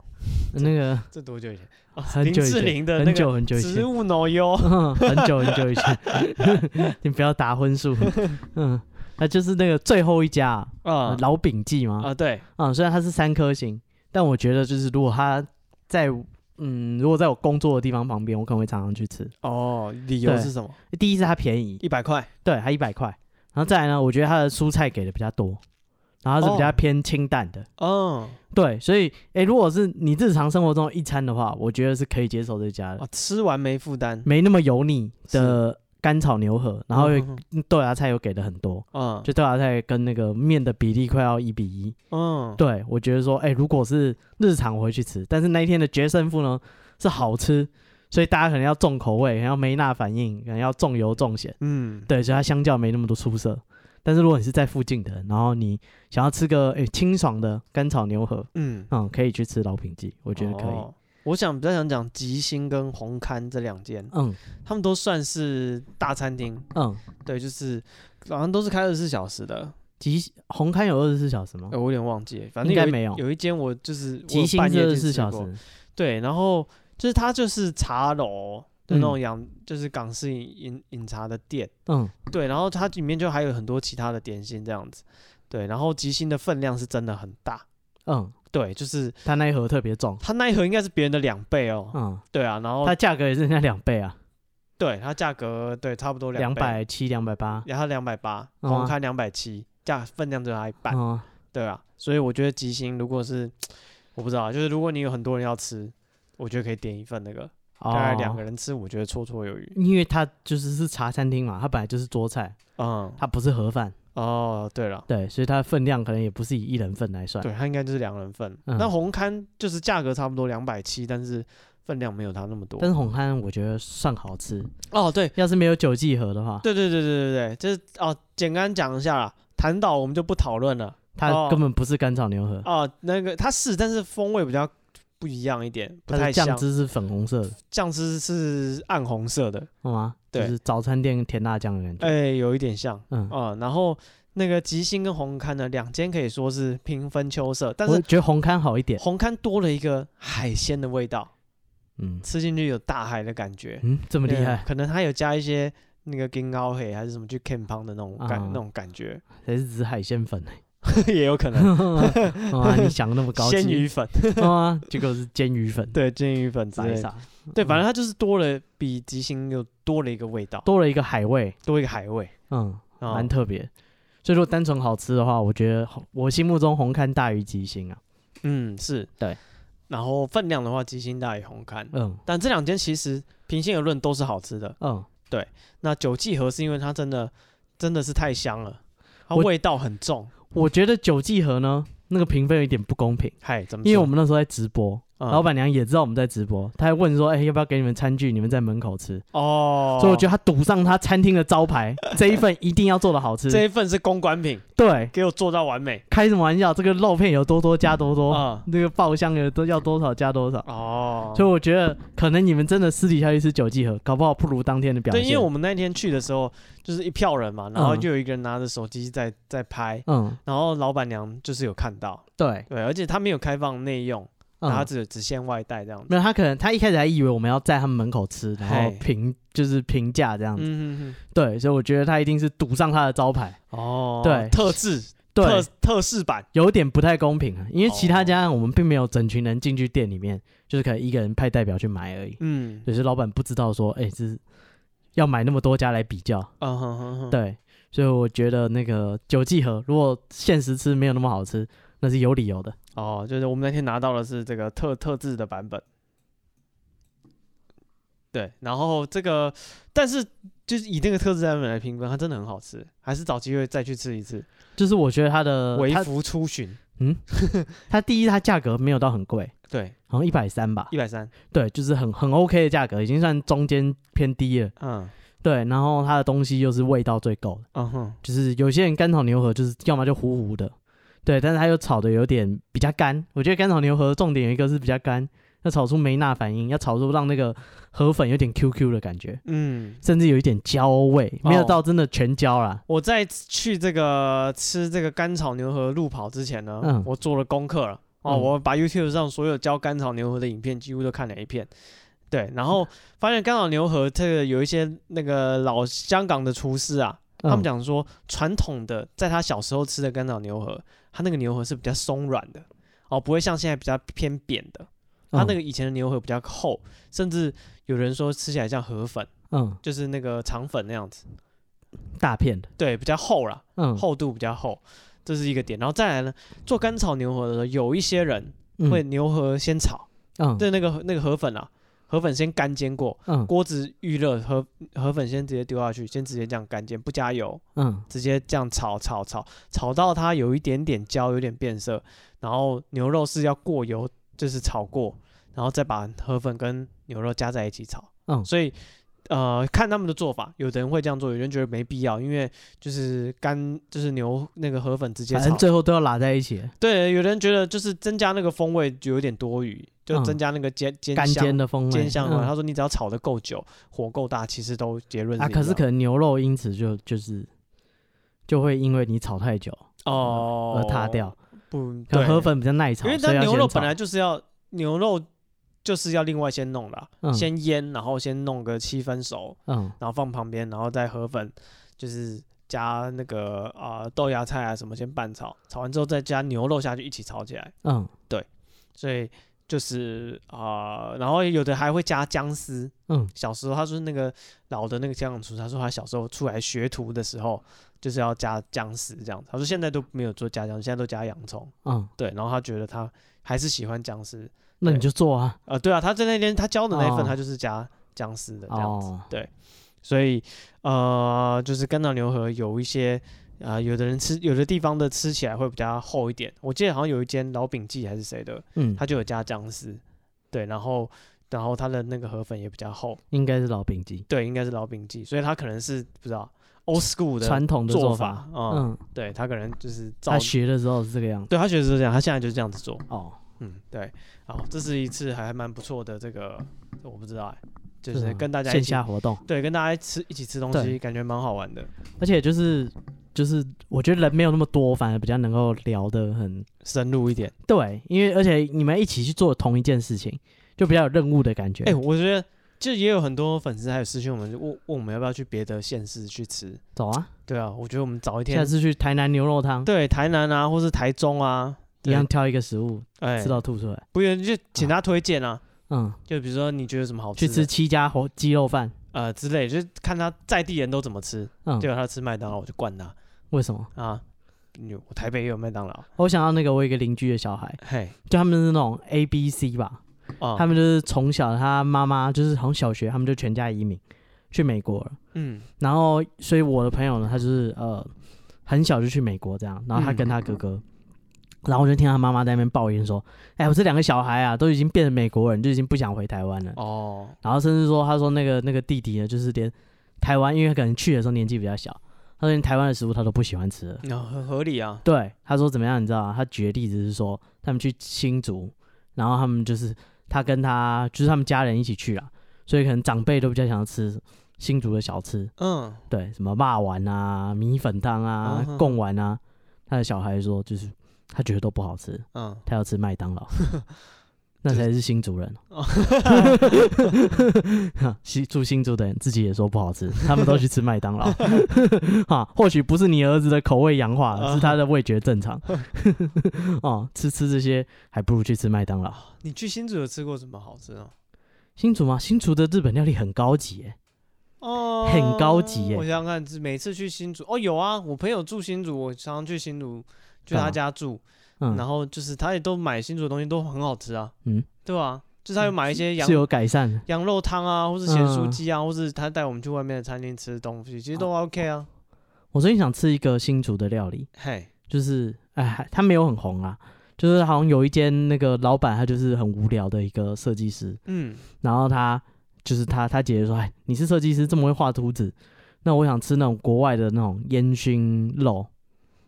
A: 那个
B: 这多久以前？哦
A: 很
B: 林
A: 久以
B: 志
A: 前
B: 玲的那
A: 很久
B: 个
A: 很久以
B: 植
A: 前，嗯
B: 物奶油，
A: 很久很久以前， 你不要打 荤素。嗯，那就是那个最后一家啊
B: 啊
A: 老饼记吗？
B: 啊，对，
A: 啊、虽然它是三颗星，但我觉得就是如果它在嗯，如果在我工作的地方旁边，我可能会常常去吃。
B: 哦，理由
A: 对
B: 是什么？
A: 第一是它便宜，
B: 一百块。
A: 对，它一百块，然后再来呢，我觉得它的蔬菜给的比较多，然后它是比较
B: 哦
A: 偏清淡的。
B: 哦，
A: 对，所以诶，如果是你日常生活中一餐的话，我觉得是可以接受这家的，
B: 哦，吃完没负担。
A: 没那么油腻的干炒牛河，嗯然后
B: 嗯
A: 豆芽菜又给的很多，
B: 嗯
A: 就豆芽菜跟那个面的比例快要一比一。
B: 嗯，
A: 对，我觉得说，哎、如果是日常我会去吃，但是那一天的决胜负呢是好吃，所以大家可能要重口味，可能要没钠反应，可能要重油重咸，
B: 嗯，
A: 对，所以它相较没那么多出色。但是如果你是在附近的，然后你想要吃个哎、清爽的干炒牛河，
B: 嗯，
A: 嗯，可以去吃老品记，我觉得可以。
B: 哦我想比较想讲吉星跟红勘这两间，
A: 嗯
B: 他们都算是大餐厅，
A: 嗯，
B: 对，就是好像都是开二十四小时
A: 哦
B: 的，
A: 极红刊有二十四小时吗
B: 哎，？我有点忘记，反正
A: 应该
B: 一
A: 没有
B: 有一间我就是
A: 极星
B: 半
A: 是
B: 夜
A: 二
B: 去
A: 十四
B: 吃
A: 小
B: 过
A: 时，
B: 对，然后就是它就是茶楼，就那种
A: 嗯
B: 洋就是港式饮饮茶的店，
A: 嗯
B: 对，然后它里面就还有很多其他的点心这样子，对，然后吉星的分量是真的很大，
A: 嗯，
B: 对，就是
A: 它那一盒特别重，
B: 它那一盒应该是别人的两倍哦。
A: 嗯，
B: 对啊，然后
A: 它价格也是人家两倍啊，
B: 对它价格对差不多
A: 两
B: 倍，
A: 百七、两百八，
B: 然后两百八，
A: 嗯啊
B: 红开两百七，价分量只有它一半。
A: 嗯
B: 对啊，所以我觉得吉星如果是我不知道啊，就是如果你有很多人要吃，我觉得可以点一份那个，
A: 哦
B: 大概两个人吃，我觉得绰绰有余。
A: 因为它就是是茶餐厅嘛，它本来就是桌菜，
B: 嗯，
A: 它不是盒饭，
B: 哦，对了。
A: 对，所以它的分量可能也不是以一人份来算。
B: 对，它应该就是两人份。
A: 嗯
B: 那红刊就是价格差不多两百七，但是分量没有它那么多
A: 但。是红憨我觉得算好吃，
B: 哦，对，
A: 要是没有九记盒的话，
B: 对对对对对对，就是哦，简单讲一下啦。谈到我们就不讨论了，
A: 它根本不是干炒牛河，
B: 哦，那个它是，但是风味比较不一样一点，不
A: 它
B: 太
A: 的酱
B: 像。
A: 汁是粉红色的，
B: 酱汁是暗红色的，
A: 好吗？就
B: 对
A: 是早餐店甜辣酱的感觉。
B: 哎、有一点像
A: 嗯，
B: 啊、然后那个吉星跟红刊呢，两间可以说是平分秋色，但
A: 我
B: 是哦
A: 觉得红刊好一点。
B: 红刊多了一个海鲜的味道，
A: 嗯
B: 吃进去有大海的感觉，
A: 嗯，这么厉
B: 对啊
A: 害，
B: 可能它有加一些那个金高黑还是什么去 can 的那种感、
A: 啊
B: 那种感觉，
A: 谁是指海鲜粉呢？
B: 也有可能
A: 哇，你想得那么 高
B: 鲜
A: 级
B: 鱼粉，
A: 啊？结果是煎鱼粉，
B: 对，煎鱼粉之
A: 白嗯
B: 类的，
A: 傻，
B: 对，反正它就是多了比吉星又多了一个味道，
A: 多了一个海味，
B: 多一个海味。
A: 嗯，
B: 啊
A: 蛮特别。所以说单纯好吃的话，我觉得好我心目中红看大于吉星啊。
B: 嗯，是
A: 对。
B: 然后分量的话，鸡心大于红刊，
A: 嗯
B: 但这两间其实平心而论都是好吃的。
A: 嗯，
B: 那九记盒是因为它真的真的是太香了，它
A: 我
B: 味道很重。
A: 我觉得九记盒呢那个评分有一点不公平，
B: 嗨，怎么说？
A: 因为我们那时候在直播，
B: 嗯
A: 老板娘也知道我们在直播，她还问说：“哎、要不要给你们餐具？你们在门口吃。
B: 哦，
A: 所以我觉得他赌上他餐厅的招牌，这一份一定要做的好吃。
B: 这一份是公关品，
A: 对，
B: 给我做到完美
A: 开什么玩笑？这个肉片有多多加多多，
B: 啊！
A: 那个爆香有都要多少加多少。
B: 哦，
A: 所以我觉得可能你们真的私底下去吃九记盒，搞不好不如当天的表
B: 对，
A: 现。
B: 因为我们那天去的时候，就是一票人嘛，然后
A: 嗯
B: 就有一个人拿着手机在在拍，
A: 嗯，
B: 然后老板娘就是有看到，
A: 对，
B: 对，而且他没有开放内用，然
A: 嗯
B: 后他只只限外带这样子。
A: 没有他可能他一开始还以为我们要在他们门口吃，然后
B: 嘿
A: 评就是评价这样子。
B: 嗯哼
A: 对，所以我觉得他一定是赌上他的招牌。
B: 哼，哦，
A: 对
B: 特制特
A: 对，
B: 特仕版，
A: 有点不太公平啊，因为其他
B: 哦
A: 家我们并没有整群人进去店里面，就是可能一个人派代表去买而已。
B: 嗯
A: 只是老板不知道说，哎、这是要买那么多家来比较，
B: 嗯哼哼哼，
A: 对，所以我觉得那个九记盒如果现实吃没有那么好吃，那是有理由的。
B: 哦，就是我们那天拿到的是这个特特制的版本，对，然后这个，但是就是以那个特制版本来评分，它真的很好吃，还是找机会再去吃一次，
A: 就是我觉得它的
B: 微
A: 呃它
B: 服出巡，
A: 它第一它价格没有到很贵，
B: 对，
A: 好像一百三吧
B: 一，百三，
A: 对，就是很很 OK 的价格，已经算中间偏低了。
B: 嗯
A: 对，然后它的东西又是味道最够的，
B: 嗯哼，
A: 就是有些人干炒牛河就是要么就糊糊的，对，但是它又炒的有点比较干。我觉得干炒牛河重点有一个是比较干，要炒出梅纳反应，要炒出让那个河粉有点 QQ 的感觉，
B: 嗯。
A: 甚至有一点焦味，没有
B: 哦
A: 到真的全焦啦。
B: 我在去这个吃这个干炒牛河路跑之前呢，
A: 嗯
B: 我做了功课了哦，
A: 嗯
B: 我把 YouTube 上所有教干炒牛河的影片几乎都看了一遍。对，然后发现干炒牛河这个有一些那个老香港的厨师啊，他们
A: 嗯
B: 讲说传统的在他小时候吃的干炒牛河，他那个牛河是比较松软的哦，不会像现在比较偏扁的。他那个以前的牛河比较厚，甚至有人说吃起来像河粉，
A: 嗯嗯
B: 就是那个肠粉那样子，
A: 大片的，
B: 对，比较厚啦。
A: 嗯
B: 厚度比较厚，这是一个点。然后再来呢，做干炒牛河的时候，有一些人
A: 嗯
B: 会牛河先炒，
A: 嗯
B: 对那个那个河粉啊，河粉先干煎过，
A: 嗯
B: 锅子预热，河河粉先直接丢下去，先直接这样干煎，不加油，
A: 嗯
B: 直接这样炒炒炒，炒到它有一点点焦，有点变色，然后牛肉是要过油，就是炒过，然后再把河粉跟牛肉加在一起炒。
A: 嗯
B: 所以呃，看他们的做法，有的人会这样做，有人觉得没必要，因为就是干就是牛那个河粉直接
A: 反
B: 炒
A: 正，最后都要拉在一起，
B: 对，有的人觉得就是增加那个风味就有点多余，就
A: 嗯
B: 增加那个煎煎
A: 干
B: 香
A: 煎的风味，
B: 煎香
A: 嗯
B: 嘛。他说你只要炒的够久，火够大，其实都结论
A: 啊，
B: 一
A: 可是
B: 样
A: 可能牛肉因此就就是就会因为你炒太久
B: 哦
A: 而塌掉，
B: 不
A: 可
B: 对
A: 能河，粉比较耐炒，
B: 因为
A: 所
B: 它
A: 以要
B: 牛
A: 先
B: 肉
A: 炒
B: 本来就是要牛肉。就是要另外先弄啦，
A: 嗯
B: 先腌，然后先弄个七分熟，
A: 嗯
B: 然后放旁边，然后再河粉，就是加那个啊、呃豆芽菜啊什么先拌炒，炒完之后再加牛肉下去一起炒起来，
A: 嗯
B: 所以就是啊、呃然后有的还会加姜丝。
A: 嗯
B: 小时候他说那个老的那个香港厨师，他说他小时候出来学徒的时候就是要加姜丝这样子，他说现在都没有做加姜，现在都加洋葱。
A: 嗯，
B: 对，然后他觉得他还是喜欢姜丝。
A: 那你
B: 对
A: 就做啊，
B: 啊，对啊，他在那天他教的那一份
A: 哦
B: 他就是加姜丝的这样子。
A: 哦，
B: 所以呃，就是干燥牛河有一些啊、呃有的人吃，有的地方的吃起来会比较厚一点。我记得好像有一间老饼记还是谁的，
A: 嗯，
B: 它就有加姜丝，对，然后然后它的那个河粉也比较厚，
A: 应该是老饼机
B: 对，应该是老饼记，所以它可能是不知道 old school 的
A: 传统的
B: 做
A: 法，
B: 法，嗯，
A: 嗯，
B: 对，他可能就是照
A: 他，学的时候是这个样子，
B: 对他学的时候这样，他现在就是这样子做，
A: 哦，
B: 嗯，对，好，这是一次还蛮不错的这个，我不知道哎、就
A: 这
B: 是
A: 种
B: 跟大家一
A: 啊线
B: 起
A: 下活动，
B: 对跟大家吃一起吃东
A: 对
B: 西，感觉蛮好玩的。
A: 而且就是就是我觉得人没有那么多，反而比较能够聊得很
B: 深入一点。
A: 对，因为而且你们一起去做同一件事情，就比较有任务的感觉，
B: 哎、我觉得就也有很多粉丝还有私讯我们，就问问我们要不要去别的县市去吃。
A: 走啊，
B: 对啊，我觉得我们早一
A: 下
B: 天，
A: 次去台南牛肉汤，
B: 对台南啊，或是台中啊，
A: 一
B: 对
A: 样，挑一个食物
B: 哎、
A: 吃到吐出来，
B: 不然就请他推荐啊。
A: 嗯，
B: 就比如说你觉得什么好吃
A: 去
B: 的
A: 吃七家火鸡肉饭，
B: 呃之类，就是看他在地人都怎么吃。
A: 嗯，
B: 对啊，他吃麦当劳我就惯他
A: 为什么？
B: 啊。你我台北也有麦当劳，
A: 我想到那个我有一个邻居的小孩，
B: 嘿
A: 就他们是那种 A B C 吧，
B: 啊，
A: 他们就是从小他妈妈就是好像小学，他们就全家移民去美国了。
B: 嗯
A: 然后，所以我的朋友呢，他就是呃很小就去美国这样，然后他
B: 嗯
A: 跟他哥哥，然后我就听他妈妈在那边抱怨说：“哎，我这两个小孩啊，都已经变成美国人，就已经不想回台湾了。
B: 哦，
A: 然后甚至说，他说那个那个弟弟呢，就是连台湾，因为他可能去的时候年纪比较小，他说连台湾的食物他都不喜欢吃了。
B: 那很合理啊。
A: 对，他说怎么样，你知道吗？他举的例子是说，他们去新竹，然后他们就是他跟他就是他们家人一起去啦，所以可能长辈都比较想要吃新竹的小吃，
B: 嗯，
A: 对，什么辣丸啊、米粉汤啊
B: 嗯、哼
A: 贡丸啊，他的小孩说就是他觉得都不好吃，
B: 嗯，
A: 他要吃麦当劳，那才是新竹人。
B: 哦
A: 新啊住新竹的人自己也说不好吃，他们都去吃麦当劳。 哈，或许不是你儿子的口味洋化
B: 啊
A: 了，是他的味觉正常。 哦，吃吃这些还不如去吃麦当劳。
B: 你去新竹有吃过什么好吃的？
A: 新竹吗？新竹的日本料理很高级耶，
B: 哦，
A: 很高级耶
B: 我想想看，是每次去新竹，哦，有啊，我朋友住新竹，我常常去新竹，去
A: 干嘛
B: 他家住，
A: 嗯，
B: 然后就是他也都买新竹的东西都很好吃啊，
A: 嗯，
B: 对吧、就是他有买一些羊
A: 是有改善的。
B: 羊肉汤啊，或是咸酥
A: 嗯
B: 鸡啊，或是他带我们去外面的餐厅吃东西，其实都 OK 啊。
A: 我最近想吃一个新竹的料理，
B: 嘿，
A: 就是哎，它没有很红啊，就是好像有一间那个老板他就是很无聊的一个设计师，
B: 嗯，
A: 然后他就是他，他姐姐说：“哎，你是设计师，这么会画图纸，那我想吃那种国外的那种烟熏肉，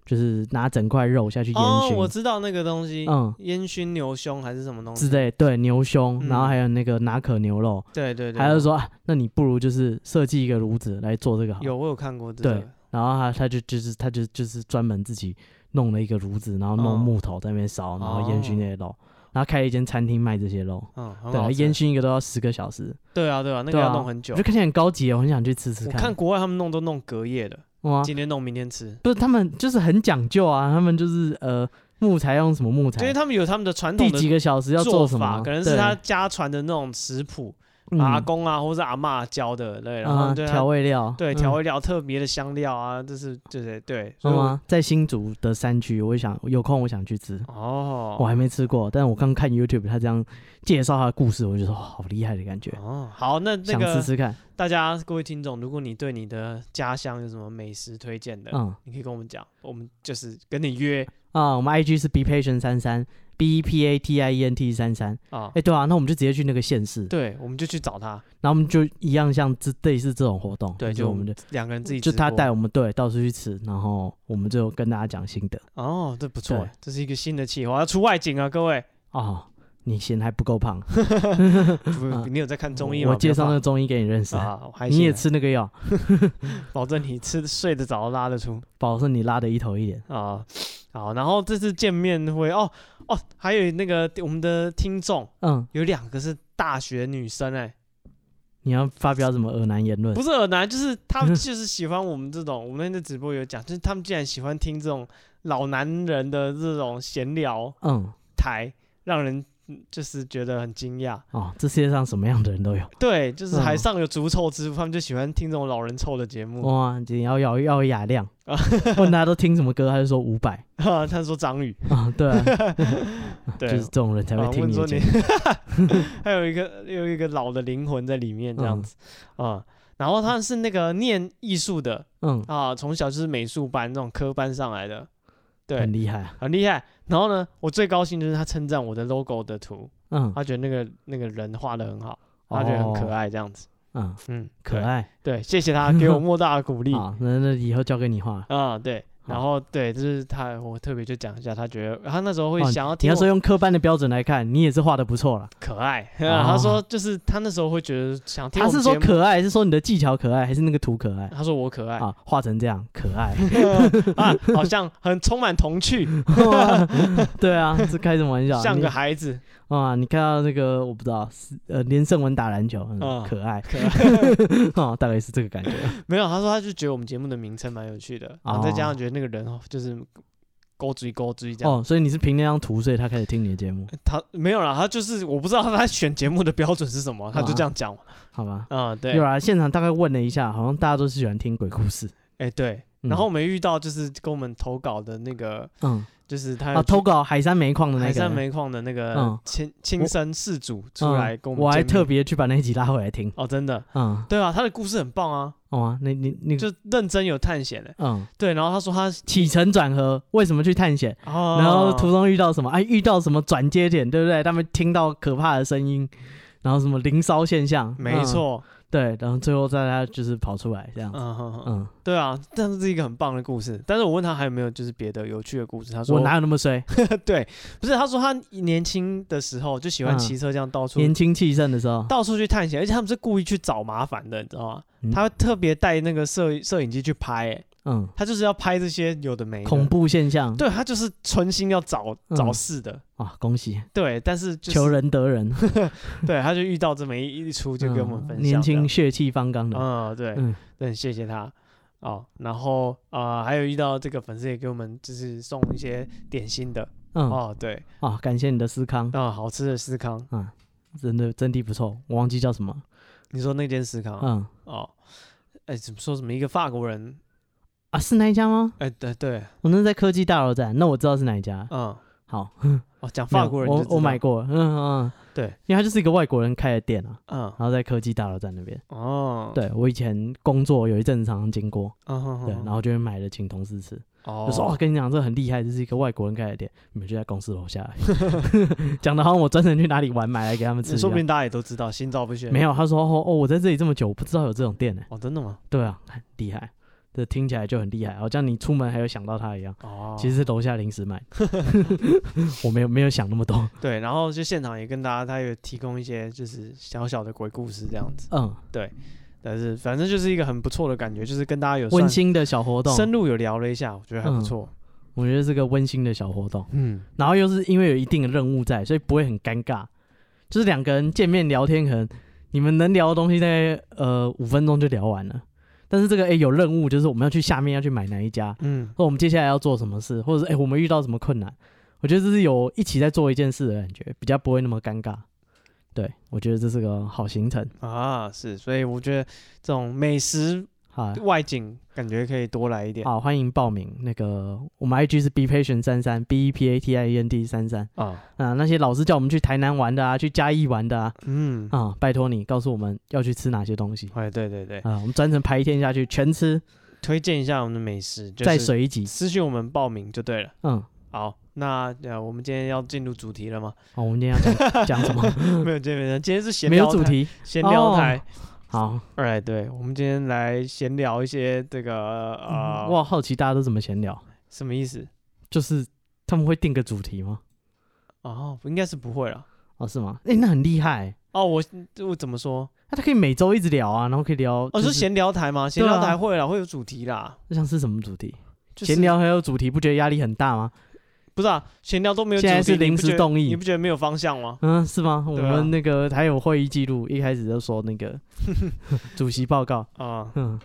A: 就是拿整块肉下去烟
B: 哦，
A: 熏，
B: 我知道那个东西，
A: 嗯
B: 烟熏牛胸还是什么东
A: 之
B: 西？
A: 类，对，牛胸，
B: 嗯
A: 然后还有那个拿可牛肉，
B: 对对对，
A: 还有说、啊，那你不如就是设计一个炉子来做这个好了。
B: 有我有看过这
A: 对
B: 个，
A: 然后他他就就是他就就是专门自己弄了一个炉子，然后弄
B: 嗯
A: 木头在那边烧，然后烟熏那些肉，然后开了一间餐厅卖这些肉。”
B: 嗯，很
A: 对
B: 好
A: 啊，
B: 吃
A: 烟熏一个都要十个小时，
B: 对啊对啊，那个
A: 对啊
B: 要弄很
A: 我
B: 久
A: 觉得。看起来很高级，我很想去吃吃
B: 我
A: 看。啊
B: 看国外他们弄都弄隔夜的，
A: 哇，
B: 今天弄明天吃，
A: 不是他们就是很讲究啊，他们就是呃木材用什么木
B: 因为
A: 材，
B: 他们有他们的传
A: 第
B: 统的
A: 几个小时要
B: 做
A: 做什
B: 法，
A: 么，
B: 可能是他家传的那种食谱，
A: 对
B: 阿
A: 嗯
B: 公啊或是阿嬷教的，对，然后
A: 啊
B: 对
A: 调味料，
B: 对
A: 嗯
B: 调味料特别的香料啊，这是就是对，所以
A: 嗯
B: 我
A: 啊，在新竹的山区，我也想有空我想去吃，我
B: 哦
A: 还没吃过，但我刚看 YouTube 他这样介绍他的故事，我就说哇好厉害的感觉，
B: 哦，好，那那
A: 想
B: 个
A: 吃吃看，
B: 大家各位听众，如果你对你的家乡有什么美食推荐的，
A: 嗯
B: 你可以跟我们讲，我们就是跟你约
A: 啊，我们 IG 是 be patient 三三 b p a t i e n t 三三，
B: 啊，
A: 哎对啊，那我们就直接去那个县市，
B: 对，我们就去找他，
A: 然后我们就一样像这类似这种活动，
B: 对，
A: 就
B: 就
A: 我们就。
B: 两个人自己
A: 就
B: 直
A: 他
B: 播
A: 带我们对到处去吃，然后我们就跟大家讲心得
B: 哦，这不错
A: 对
B: 欸，这是一个新的计划，要出外景啊，各 位，
A: 哦。你嫌还不够 胖，
B: 不你有在看 综艺吗？
A: 我介绍那
B: 不
A: 个
B: 要
A: 中医给你认识
B: 怕， 啊，我还
A: 你
B: 行
A: 也
B: 啊，
A: 吃那个药，
B: 保证你吃睡得着，拉得出
A: 保证你拉的一头一脸。
B: 啊。好，然后这次见面会哦哦，还有那个我们的听众
A: 嗯，
B: 有两个是大学女生哎、
A: 你要发表什么恶男言论
B: 不？是很难，就是他 们就是喜欢我们这种，我们那天直播有讲，就是他们竟然喜欢听这种老男人的这种闲聊
A: 嗯，
B: 台，让人嗯就是觉得很惊讶。
A: 哦，这世界上什么样的人都有。
B: 对，就是
A: 嗯
B: 海上有足臭之父，他们就喜欢听这种老人臭的节目。
A: 哇，你要要要雅 量
B: 啊，
A: 问他都听什么歌，他就说伍佰
B: 啊， 他说章鱼，
A: 啊，对啊，就
B: 对
A: 是，这种人才会
B: 啊
A: 听
B: 问
A: 你
B: 说
A: 的
B: 你
A: 节目。
B: 还有一个有一个老的灵魂在里面这
A: 嗯
B: 样子啊、然后他是那个念艺术的
A: 嗯，
B: 啊，从小就是美术班那种科班上来的， 对
A: 很，厉害啊。
B: 很厉害。然后呢，我最高兴就是他称赞我的 logo 的图，
A: 嗯，
B: 他觉得那个那个人画的很好，他觉得很可
A: 哦。
B: 爱这样子。
A: 嗯，
B: 嗯，
A: 可
B: 对。
A: 爱。
B: 对，谢谢他给我莫大的鼓 励
A: 好，那那以后交给你画。
B: 啊，对。
A: 好
B: 然后对，就是他，我特别就讲一下，他觉得他那时候会
A: 哦
B: 想要
A: 你
B: 听
A: 要说
B: 我
A: 用科班的标准来看，你也是画的不错了。
B: 可爱，
A: 哦
B: 他说就是他那时候会觉得想听
A: 他
B: 我们
A: 是说
B: 节目，哎
A: 可爱，是说你的技巧可爱，还是那个图可爱
B: 他说我可爱
A: 啊？画成这样可 爱，
B: 啊，好像很充满童趣，
A: 对啊，这开什么玩笑啊？
B: 像
A: 你
B: 个孩子，
A: 啊，你看到那个我不知道，是呃，连胜文打篮球，嗯
B: 嗯，
A: 可爱
B: 可 爱。
A: 啊，大概是这个 感觉。
B: 没有，他说他就觉得我们节目的名称蛮有趣的，
A: 哦
B: 然后再加上觉得那个人哦就是勾追勾追这样。
A: 哦，所以你是凭那张图，所以他开始听你的节目，
B: 他没有啦，他就是我不知道他选节目的标准是什么，他就这样讲嘛。
A: 好吧？
B: 嗯，对
A: 啊 有，啊，现场大概问了一下，好像大家都是喜欢听鬼故事。
B: 哎对。
A: 嗯
B: 然后我们遇到就是跟我们投稿的那个，
A: 嗯，
B: 就是他
A: 啊，
B: 有去
A: 投稿海山煤矿的那个
B: 海
A: 人，
B: 山煤矿的那个
A: 嗯
B: 亲亲生事主出
A: 嗯
B: 来跟我们
A: 我还
B: 见面
A: 特别去把那一集拉回来听，
B: 哦，真的，
A: 嗯，
B: 对啊，他的故事很棒啊，
A: 哦啊，那你那个
B: 就认真有探险的。
A: 嗯，
B: 对，然后他说他，
A: 起承转合，为什么去探险？
B: 哦、
A: 然后途中遇到什么？哎，遇到什么转接点，对不对？他们听到可怕的声音，然后什么灵烧现象，
B: 没
A: 嗯，
B: 错，
A: 对，然后最后大家就是跑出来这样，
B: 嗯哼哼
A: 嗯，
B: 对啊，但是这是一个很棒的故事。但是我问他还有没有就是别的有趣的故事，他说
A: 我哪有那么衰？
B: 对，不是他说他年轻的时候就喜欢
A: 嗯
B: 骑车这样到处、
A: 年轻气盛的时候，
B: 到处去探险，而且他们是故意去找麻烦的，你知道吗？
A: 嗯
B: 他会特别带那个摄摄影机去拍、欸，
A: 嗯，
B: 他就是要拍这些有的没的
A: 恐，怖现象，
B: 对他就是存心要找
A: 嗯
B: 找事的。
A: 啊，恭喜，
B: 对，但是就是
A: 求人得人，
B: 对，他就遇到这么一一出，就跟我们分
A: 嗯
B: 享。
A: 年轻，血气方刚的，
B: 嗯，对，
A: 嗯
B: 很谢谢他哦。然后啊、呃还有遇到这个粉丝也给我们就是送一些点心的、
A: 嗯，
B: 哦，对，
A: 啊，感谢你的思康，
B: 啊、好吃的司康，嗯
A: 真的真的不错，我忘记叫什么，
B: 你说那间司康、
A: 嗯，
B: 哦，哎，怎么说什么一个法国人，
A: 啊，是那一家吗？
B: 哎，对对，
A: 我那是在科技大楼站，那我知道是哪一家。
B: 嗯，
A: 好，
B: 哦，讲法国人
A: 没
B: 就
A: 有
B: 知道
A: 我我买，过，嗯嗯，
B: 对，
A: 因为它就是一个外国人开的店啊，
B: 嗯，
A: 然后在科技大楼站那边。
B: 哦，，
A: 嗯对我以前工作有一阵子常常经过，
B: 嗯哼哼
A: 对，然后就会买了请同事吃，
B: 哦，
A: 就说哦，跟你讲这很厉害，这是一个外国人开的店，你们就在公司 楼下而已，讲的好像我专程去哪里玩买来给他们吃一
B: 说不
A: 样。
B: 定大家也都知道，心照不宣，
A: 啊没有，他说哦哦，我在这里这么久，我不知道有这种店呢。
B: 哦，真的吗？
A: 对啊，很厉害，这听起来就很厉害，好像你出门还有想到他一样。
B: 哦，
A: 其实是楼下临时买 的，我没有没有想那么多。
B: 对，然后就现场也跟大家，他有提供一些就是小小的鬼故事这样子，
A: 嗯，
B: 但是反正就是一个很不错的感觉，就是跟大家有
A: 温
B: 算
A: 馨的小活动，
B: 深入有聊了一下，我觉得还不
A: 嗯
B: 错。
A: 我觉得是个温馨的小活动。
B: 嗯，
A: 然后又是因为有一定的任务在，所以不会很尴尬。就是两个人见面聊天，可能你们能聊的东西大概呃五分钟就聊完了。但是这个诶有任务，就是我们要去下面要去买哪一家，
B: 嗯，
A: 或我们接下来要做什么事，或者是诶我们遇到什么困难。我觉得这是有一起在做一件事的感觉，比较不会那么尴尬。对，我觉得这是个好行程。
B: 啊，是，所以我觉得这种美食
A: 好，
B: 外景感觉可以多来一点
A: 啊好，欢迎报名。那个我们 IG 是 be patient 三三 b e p a t i e n t 三三
B: 啊，
A: 啊，那些老师叫我们去台南玩的啊，去嘉义玩的啊，
B: 嗯，
A: 啊，拜托你告诉我们要去吃哪些东西
B: 哎，对对对，
A: 啊，我们专程排一天下去全吃，
B: 推荐一下我们的美食，就
A: 再
B: 是
A: 水一集。
B: 私信我们报名就对了。
A: 嗯，
B: 好，那呃，我们今天要进入主题了 吗？
A: 好，我们今天 要讲讲什么？
B: 没有，今天今天是闲
A: 没
B: 聊
A: 有主
B: 台，
A: 题。
B: 闲聊
A: 哦
B: 台。
A: 好，
B: 哎，对，我们今天来闲聊一些这个呃，
A: 我好好奇大家都怎么闲聊，
B: 什么意思？
A: 就是他们会定个主题吗？
B: 哦，应该是不会了。
A: 哦，是吗？哎，那很厉害，
B: 哦，我我怎么说？
A: 那他可以每周一直聊啊，然后可以聊，
B: 哦，
A: 就是
B: 闲聊台吗？闲聊
A: 对啊
B: 台会啦，会有主题啦。
A: 像是什么主题？
B: 就是
A: 闲聊还有主题，不觉得压力很大吗？
B: 不是啊，闲聊都没有主题。
A: 现在是
B: 你不
A: 临时
B: 觉得
A: 动议
B: 你不觉得没有方向吗？
A: 嗯，是吗？我
B: 对啊
A: 们那个还有会议记录，一开始就说 那个主席报告，
B: 啊、
A: 嗯，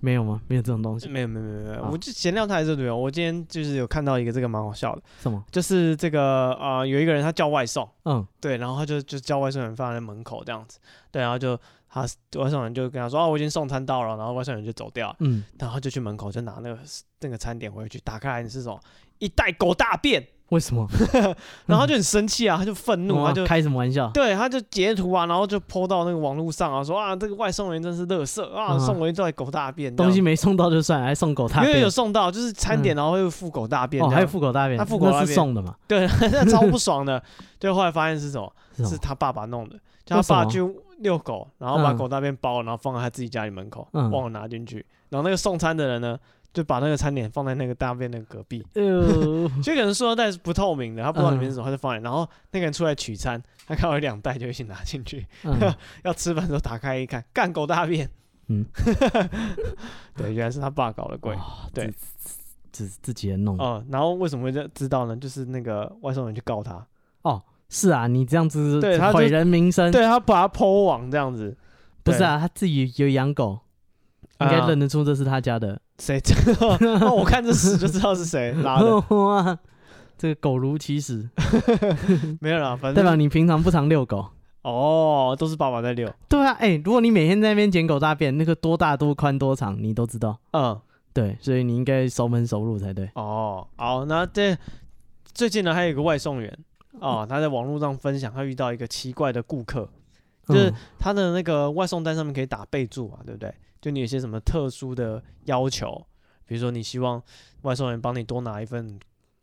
A: 没有吗？没有这种东西，
B: 没有没有没有没有，
A: 好
B: 我就闲聊台这没有。我今天就是有看到一个这个蛮好笑的，
A: 什么？
B: 就是这个呃，有一个人他叫外送，
A: 嗯
B: 对，然后他就就叫外送员放在门口这样子，对，然后就他外送员就跟他说哦，我已经送餐到了，然后外送员就走掉了，
A: 嗯，
B: 然后就去门口就拿那个那个餐点回去，打开来是什么？一袋狗大便，
A: 为什么？
B: 然后他就很生气啊，他就愤怒，
A: 哇
B: 他就
A: 开什么玩笑？
B: 对，他就截图啊，然后就 PO 到那个网络上啊，说啊这个外送员真是乐色啊，
A: 嗯
B: 送我一袋狗大便这样
A: 东西。没送到就算，还送狗大
B: 因为
A: 便
B: 有，送到，就是餐点，然后又附狗大便
A: 嗯哦，
B: 这样，
A: 还有付狗大便，
B: 他付狗大
A: 那
B: 便
A: 是送的嘛？
B: 对， 那超不爽的。就后来发现是什么？
A: 是
B: 是
A: 吗？
B: 他爸爸弄的，就
A: 为
B: 他爸
A: 什么
B: 去遛狗，然后把
A: 嗯
B: 狗大便包，然后放在他自己家里门口，
A: 嗯
B: 忘了拿进去。然后那个送餐的人呢，就把那个餐点放在那个大便的隔壁，
A: 呃，
B: 就可能塑料袋是不透明的，他不知道里面
A: 嗯
B: 是什么，他就放在。然后那个人出来取餐，他看到有两袋就一起拿进去，
A: 嗯
B: 要吃饭的时候打开一看， 干狗大便。
A: 嗯，
B: 对，原来是他爸搞的鬼。
A: 哇
B: 对
A: 自自自自己人弄的。
B: 哦、然后为什么会这知道呢？就是那个外送员去告他，
A: 是啊，你这样子
B: 对他就
A: 毁人名声。
B: 对他把他剖网这样子，
A: 不是啊，他自己有养狗，
B: 啊
A: 应该认得出这是他家的。
B: 谁知道？ 那我看这屎就知道是 谁拉的。
A: 哇，这个狗如其实，
B: 没有啦，反
A: 代表
B: 正
A: 你平常不常遛狗。
B: 哦，都是爸爸在遛。
A: 对啊，哎、如果你每天在那边捡狗大便，那个多大、多宽、多长，你都知道。
B: 嗯，
A: 对，所以你应该熟门熟路才对。
B: 哦，好，那这最近呢，还有一个外送员哦，他在网络上分享，他遇到一个奇怪的顾客，就是
A: 嗯
B: 他的那个外送单上面可以打备注嘛，对不对？就你有些什么特殊的要求，比如说你希望外送员帮你多拿一份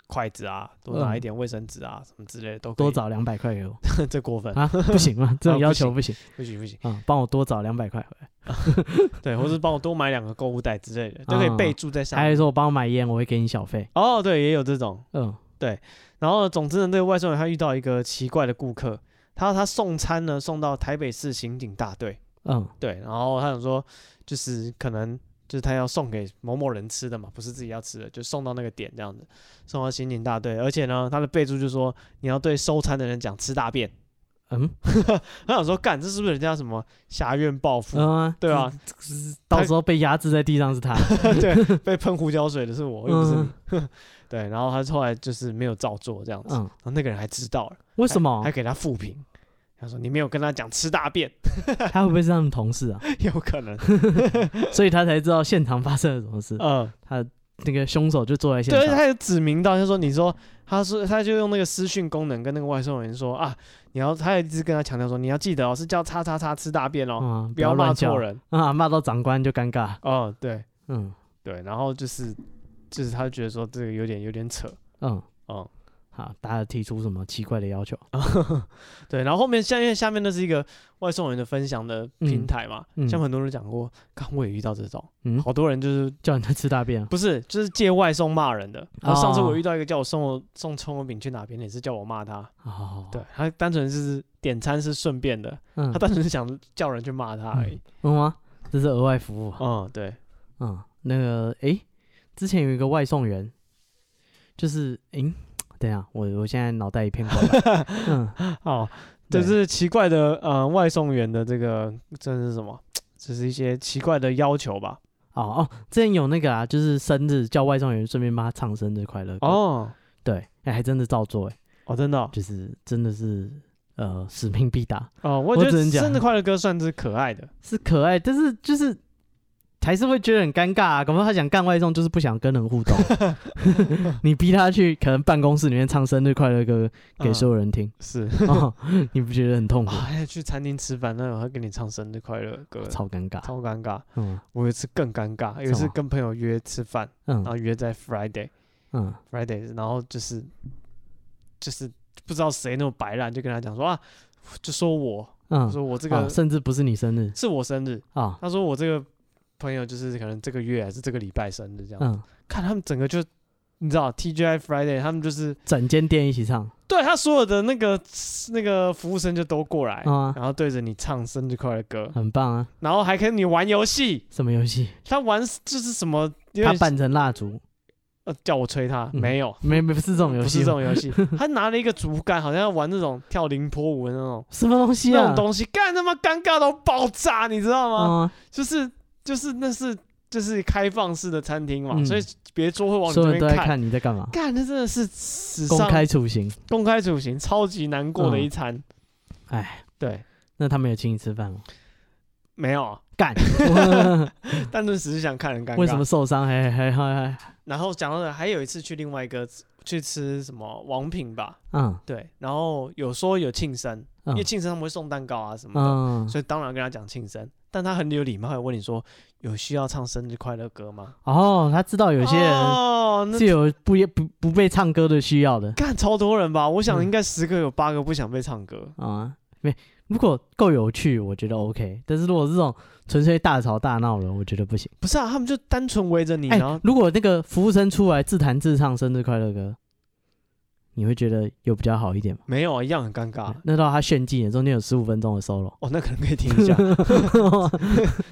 B: 筷子啊，多拿一
A: 嗯
B: 点卫生纸啊，什么之类的都可以
A: 多，找两百块给我
B: 这过 分，
A: 啊？不 行吗？这种
B: 啊
A: 要
B: 不
A: 求不行
B: 不行不行，
A: 啊！帮我多找两百块回来。
B: 对，或是帮我多买两个购物袋之类的，都可以
A: 嗯
B: 备注在上
A: 还
B: 面。
A: 说我帮我买烟，我会给你小费。
B: 哦，对，也有这种，
A: 嗯
B: 然后总之呢，那个外送员他遇到一个奇怪的顾客，他他送餐呢送到台北市刑警大队，
A: 嗯
B: 对，然后他想说就是可能就是他要送给某某人吃的嘛，不是自己要吃的，就送到那个点这样子，送到刑警大队，而且呢他的备注就说你要对收餐的人讲吃大便，
A: 嗯
B: 他想说干这是不是人家什么侠怨报复？
A: 嗯啊，
B: 对啊，
A: 到时候被压制在地上是他。
B: 对，被喷胡椒水的是我，又不是你
A: 嗯。
B: 对，然后他后来就是没有照做这样子，然
A: 嗯，哦
B: 后那个人还知道了，
A: 为什么
B: 还？给他复评，他说你没有跟他讲吃大便，
A: 他会不会是他们同事啊？
B: 有可 能，
A: 所以他才知道现场发生了什 么事。
B: 嗯，
A: 他那个凶手就坐在现
B: 对，
A: 场。
B: 他有指名到，他说你说，他说他就用那个私讯功能跟那个外送员说啊，你要，他一直跟他强调说你要记得哦，是叫叉叉叉吃大便哦，
A: 嗯，
B: 不
A: 不
B: 要
A: 要
B: 骂
A: 乱叫
B: 错人，
A: 啊！骂到长官就尴尬。
B: 哦，对
A: 嗯
B: 对，然后就是就是他觉得说这个有点有点 扯，
A: 嗯
B: 哦。
A: 好，大家提出什么奇怪的要求？
B: 对，然后后面下面下面那是一个外送员的分享的平台嘛，
A: 嗯嗯
B: 像很多人讲过，刚我也遇到这种，
A: 嗯
B: 好多人就是
A: 叫你去吃大便啊？
B: 不是，就是借外送骂人的。然后上次
A: 哦
B: 我遇到一个叫我送我送葱油饼去哪边，也是叫我骂他。
A: 哦，
B: 对，他单纯是点餐是顺便的，
A: 嗯
B: 他，单纯是想叫人去骂他而已。
A: 嗯吗？这是额外服务啊。
B: 嗯，对，
A: 嗯，那个，诶，之前有一个外送员，就是，诶，等一下，我我现在脑袋一片空白。嗯，
B: 哦，这是奇怪的呃外送员的这个这是什么？这是一些奇怪的要求吧？
A: 哦哦，之前有那个啊，就是生日叫外送员顺便帮他唱生日快乐歌。
B: 哦
A: 对，哎、还真的照做、哎，
B: 哦，真的哦，
A: 就是真的是，呃，使命必达，
B: 哦我
A: 我
B: 觉得
A: 只能讲
B: 生日快乐歌算是可爱的。
A: 是可爱，但是就是还是会觉得很尴尬啊。搞不好他想干外送，就是不想跟 人互动。 你逼他去可能办公室里面唱生日快乐歌 给
B: 嗯
A: 所有人听，
B: 是
A: 哦，你不觉得很痛苦？
B: 啊，哎去餐厅吃饭，那有他给你唱生日快乐歌，
A: 超尴尬。
B: 超尴尬。
A: 嗯
B: 我有一次更尴尬，有一
A: 什
B: 次
A: 么
B: 跟朋友约吃饭，然
A: 嗯
B: 后约在 Friday。
A: 嗯
B: Fridays，然后就是就是不知道谁那么白烂，就跟他讲说啊，就说我，
A: 嗯，
B: 说我这个、
A: 啊，甚至不是你生日
B: 是我生日，
A: 啊，
B: 他说我这个朋友就是可能这个月还是这个礼拜生日这样，
A: 嗯，
B: 看他们整个就你知道 TGI Friday，他们就是
A: 整间店一起唱
B: 对他所有的那个那个服务生就都过来。
A: 啊，
B: 然后对着你唱生日快乐歌，
A: 很棒啊！
B: 然后还跟你玩游戏。
A: 什么游戏？
B: 他玩就是什么，因为
A: 他扮成蜡烛，
B: 呃叫我吹他，
A: 嗯
B: 没有，
A: 没没不是这种游
B: 不是
A: 戏
B: 这
A: 吗，
B: 种游 戏。他拿了一个竹竿，好像要玩那种跳凌波舞的那种
A: 什么东西
B: 那
A: 啊
B: 种？东西，干他妈尴尬到爆炸，你知道吗？
A: 啊，
B: 就是就是那是就是开放式的餐厅嘛，
A: 嗯
B: 所以别桌会往你
A: 所有
B: 这
A: 人都
B: 边
A: 在
B: 看。
A: 看你在干嘛？
B: 干，那真的是史
A: 公
B: 上
A: 开处刑，
B: 公开处刑，超级难过的一餐。
A: 哎，
B: 对，
A: 那他们有请你吃饭吗？
B: 没有，
A: 干，
B: 单纯只是想看人尴尬。
A: 为什么？受伤还还还还？
B: 然后讲到的，还有一次去另外一个去吃什么王品吧，
A: 嗯
B: 对，然后有说有庆生，因为
A: 嗯
B: 庆生他们会送蛋糕啊什么的。
A: 嗯
B: 所以当然跟他讲庆生，但他很有礼貌，还问你说有需要唱生日快乐歌吗？
A: 哦，他知道有些人
B: 哦，那
A: 是有不不不被唱歌的需要的
B: 干超多人吧？我想
A: 嗯
B: 应该十个有八个不想被唱歌。
A: 啊。没，如果够有趣，我觉得 OK。但是如果是这种纯粹大吵大闹的，我觉得不行。
B: 不是啊，他们就单纯围着你，
A: 哎
B: 然后，
A: 如果那个服务生出来自弹自唱生日快乐歌，你会觉得有比较好一点吗？
B: 没有啊，一样很尴尬。
A: 那到他炫技，中间有十五分钟 的 solo，
B: 哦，那可能可以听 一下。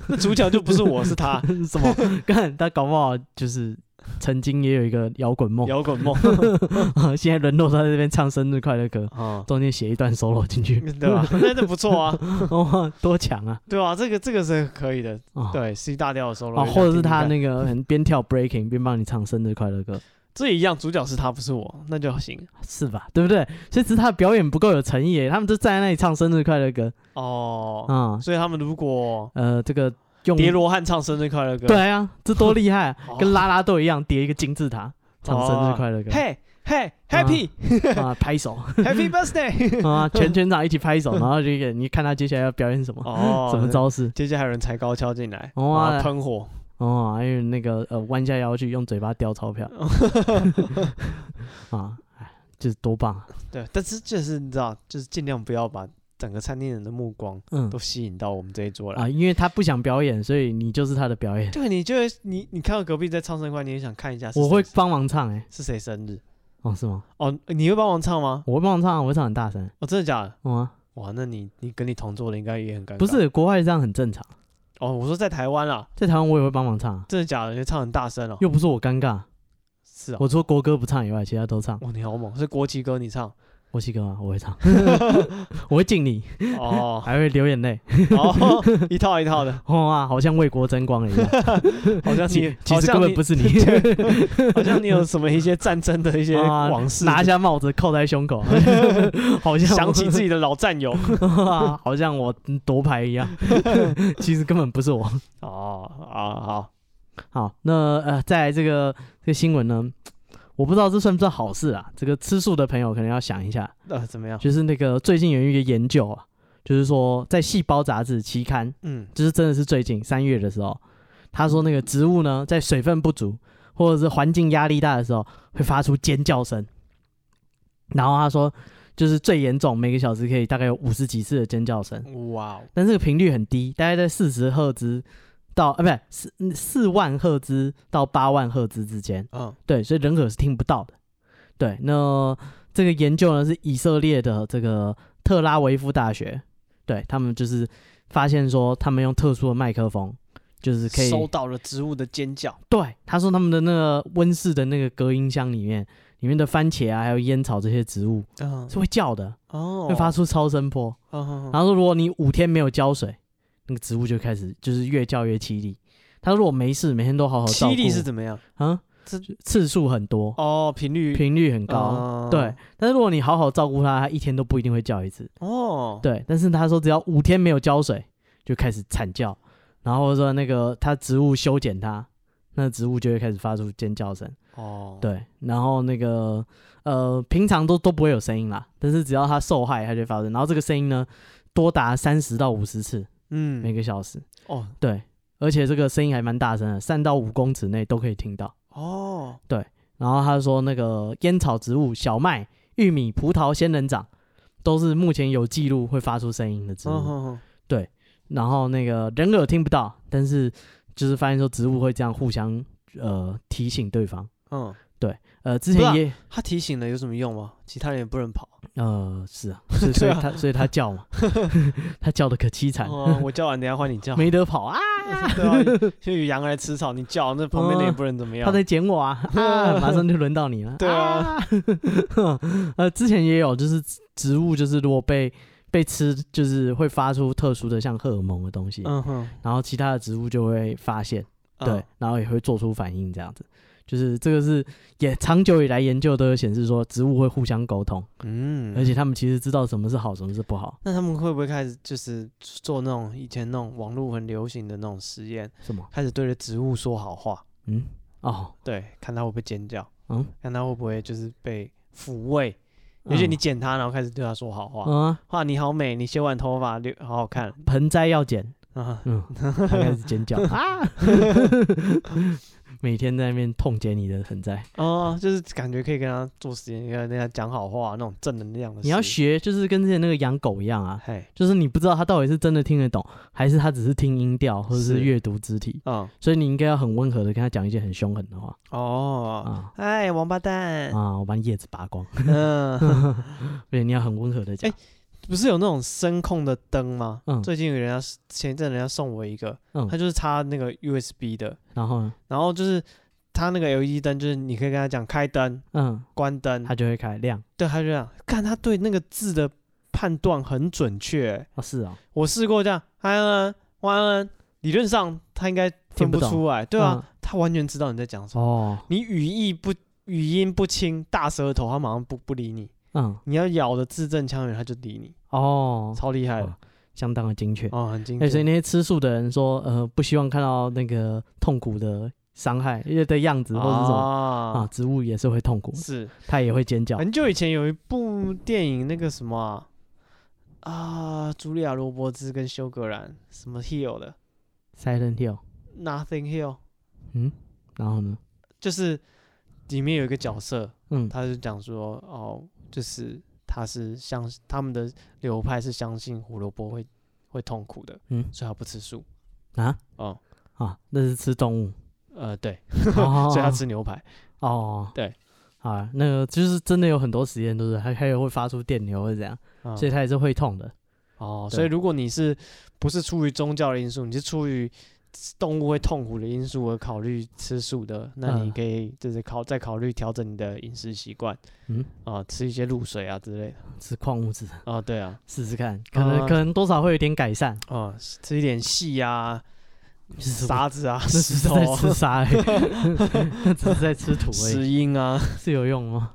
B: 那主角就不是我，是他
A: 什么？看他搞不好就是曾经也有一个摇滚梦，
B: 摇滚 梦
A: 现在沦落到在这边唱生日快乐歌，
B: 啊，
A: 中间写一段 solo 进去，
B: 对啊 吧？那这不错啊，
A: 哦，多强啊！
B: 对吧？这个这个是可以的，
A: 哦，
B: 对 C 大调的时候，
A: 哦，或者是他那个很边跳 breaking 边帮你唱生日快乐歌，
B: 这一样，主角是他，不是我，那就行。
A: 是吧？对不对？所以只是他的表演不够有诚意耶，他们就站在那里唱生日快乐歌
B: 哦，
A: 啊、
B: 所以他们如果
A: 呃，这个用
B: 叠罗汉唱生日快乐歌，，
A: 对啊，这多厉害、啊
B: 哦，
A: 跟啦啦队一样叠一个金字塔，唱生日快乐歌、
B: 嘿嘿，Happy
A: 啊，拍手
B: Happy Birthday，
A: 啊，全全场一起拍手，然后这个你看他接下来要表演什么，
B: 哦
A: 什么？招式
B: 接下来还有人踩高跷进来，然
A: 哦啊
B: 后喷火，
A: 哦，还有那个呃弯下腰去用嘴巴 叼钞票啊，哎，就是多棒啊！
B: 对，但是就是你知道，就是尽量不要把整个餐厅人的目光
A: 嗯
B: 都吸引到我们这一桌来。
A: 啊，因为他不想表演，所以你就是他的表演。
B: 对，你就会你你看到隔壁在唱生日快乐，你也想看一下是谁，
A: 我会帮忙唱哎、
B: 是谁生日
A: 哦是吗？
B: 哦？你会帮忙唱吗？
A: 我会帮忙唱啊，我会唱很大声。
B: 哦，真的假的？
A: 哦啊、
B: 哇，那你你跟你同桌的应该也很尴尬。
A: 不是国外这样很正常，
B: 哦，我说在台湾啦，
A: 在台湾我也会帮忙唱啊，
B: 真的假的？你唱很大声哦。
A: 又不是我尴尬。
B: 是啊，
A: 我除了国歌不唱以外，其他都唱。
B: 哇，你好猛，是国旗歌你 唱
A: 我西哥啊，我会 唱，我会敬你，
B: 哦，
A: 还会流眼泪。
B: 哦， 一套一套的，
A: 哇、啊，好像为国争光了一样。
B: 好像 你
A: 其其实根本不
B: 是，
A: 是你，
B: 好像你有什么一些战争的一些
A: 啊
B: 往 事，
A: 拿下帽子扣在胸 口，好 像
B: 想起自
A: 己，
B: 己的老战 友。
A: 好像我夺牌一样。 其实根本不是我。
B: 哦啊好，
A: 好，那呃，在这个这个新闻呢，我不知道这算不算好事啊？这个吃素的朋友可能要想一下，
B: 呃怎么样？
A: 就是那个最近有一个研究啊，就是说在《细胞》杂志期刊，
B: 嗯，
A: 就是真的是最近三月的时候，他说那个植物呢，在水分不足或者是环境压力大的时候，会发出尖叫声。然后他说，就是最严重，每个小时可以大概有五十几次的尖叫声，
B: 哇哦，
A: 但这个频率很低，大概在四十赫兹到啊，不是四四万赫兹到八万赫兹之间。
B: 嗯
A: 对，所以人耳是听不到的。对，那这个研究呢是以色列的这个特拉维夫大学，对他们就是发现说，他们用特殊的麦克风，就是可
B: 嗯
A: 以
B: 收到了植物的尖叫，
A: 对他说他们的那个温室的那个隔音箱里面，里面的番茄啊，还有烟草这些植物
B: 嗯
A: 是会叫的，
B: 哦
A: 会发出超声波。
B: 嗯，嗯嗯
A: 然后说，如果你五天没有浇水，那个植物就开始就是越叫越凄厉。他说我没事，每天都好好照顾。
B: 七力是怎么样？
A: 啊，
B: 这
A: 次数很多，
B: 哦频率
A: 频率很高。
B: 嗯
A: 对，但是如果你好好照顾它，它一天都不一定会叫一次。
B: 哦，
A: 对，但是他说只要五天没有浇水，就开始惨叫，然后说那个它植物修剪它，那植物就会开始发出尖叫声。
B: 哦，
A: 对，然后那个呃，平常都都不会有声音啦，但是只要它受害，它就会发生。然后这个声音呢，多达三十到五十次每
B: 嗯，
A: 个小时。
B: 哦
A: 对，而且这个声音还蛮大声的，三到五公尺内都可以听到。
B: 哦，
A: 然后他说那个烟草植物、小麦、玉米、葡萄、仙人掌，都是目前有记录会发出声音的植物。
B: 嗯嗯嗯
A: 然后那个人耳听不到，但是就是发现说植物会这样互相呃提醒对方。
B: 嗯，
A: 呃，之
B: 不是
A: 前
B: 啊
A: 也
B: 他提醒了有什么用吗？其他人也不能跑。
A: 呃是啊， 所以所以他、所以他叫嘛， 他叫的可凄惨，
B: 哦，我叫完，等一下换你叫。
A: 没得跑啊，
B: 对啊，就有羊来吃草，你叫那旁边的也不能怎么样。
A: 哦他在捡我啊， 啊马上就轮到你了。
B: 对 啊
A: 啊呃，之前也有，就是植物，就是如果被被吃，就是会发出特殊的像荷尔蒙的东西，
B: 嗯哼，
A: 然后其他的植物就会发现，
B: 嗯
A: 对，然后也会做出反应，这样子。就是这个是也长久以来研究都有显示说，植物会互相沟通，
B: 嗯，
A: 而且他们其实知道什么是好，什么是不好。
B: 那他们会不会开始就是做那种以前那种网络很流行的那种实验，
A: 什么？
B: 开始对着植物说好话？
A: 嗯，哦，
B: 对，看它会不会尖叫，
A: 嗯，
B: 看它会不会就是被抚慰。也许你捡它，然后开始对它说好话，
A: 嗯啊，
B: 哇，你好美，你修完头发留好好看
A: 盆栽要剪，
B: 啊，
A: 嗯，他开始尖叫啊， 每天在那边痛解你的盆栽。
B: 哦，就是感觉可以跟它做实验，跟它讲好话那种正能量的事。
A: 你要学，就是跟之前那个养狗一样啊，
B: 嘿，
A: 就是你不知道它到底是真的听得懂，还是它只是听音调或者
B: 是
A: 是阅读肢体，
B: 嗯，
A: 所以你应该要很温和的跟它讲一些很凶狠的话
B: 哦，
A: 啊
B: 哎，王八蛋，
A: 啊，我把你叶子拔光，
B: 嗯，
A: 对，你要很温和的讲
B: 哎，不是有那种声控的灯吗？
A: 嗯
B: 最近有人家前一阵人家送我一个，
A: 嗯
B: 它就是插那个 USB 的，
A: 然后呢，
B: 然后就是它那个 LED 灯，就是你可以跟他讲开灯、
A: 嗯，
B: 关灯，
A: 它就会开亮
B: 对，他就这样，看他对那个字的判断很准确、欸
A: 哦，是哦，
B: 我试过这样，安安晚安，理论上他应该分
A: 听不
B: 不
A: 懂
B: 出来，对啊，
A: 嗯
B: 他完全知道你在讲什么，
A: 哦，
B: 你语义不语音不清，大舌头，他马上不不理你。
A: 嗯，
B: 你要咬的字正腔圆，他就理你，
A: 哦，
B: 超厉害的
A: 哦。相当的精确。
B: 哦，很精
A: 哎、
B: 确。
A: 所以那些吃素的人说，呃，不希望看到那个痛苦的伤害因为的样子，或者是什么、啊，
B: 啊，
A: 植物也是会痛苦，
B: 是
A: 它也会尖叫。
B: 很久以前有一部电影，那个什么啊，啊茱莉亚·罗伯兹跟休格兰什么 Hill 的
A: Silent Hill，
B: Nothing Hill，
A: 嗯，然后呢，
B: 就是里面有一个角色，
A: 嗯，
B: 他就讲说哦，就是他是相他们的流派是相信胡萝卜会会痛苦的，
A: 嗯
B: 所以他不吃素。
A: 啊
B: 哦，
A: 啊，那是吃 动物，
B: 呃，对，
A: 哦
B: 所以他吃牛排。
A: 哦，
B: 对，
A: 啊，那个就是真的有很多实验都是，还还有会发出电流或者怎样，
B: 嗯
A: 所以它也是会痛的。
B: 哦，
A: 对
B: 所以如果你是不是出于宗教的因素，你是出于动物会痛苦的因素而考虑吃素的，那你
A: 嗯
B: 可以就是考再考虑调整你的饮食习惯，
A: 嗯，
B: 啊，吃一些露水啊之类的。
A: 吃矿物质
B: 哦，对啊，
A: 试试看，可能、
B: 啊
A: 可能多少会有点改善。
B: 哦，吃一点细 啊、
A: 就是
B: 沙子啊、
A: 那 只
B: 石
A: 是
B: 头
A: 在
B: 啊、
A: 吃沙、欸，那 只是在吃土而已，
B: 石英啊，
A: 是有用吗？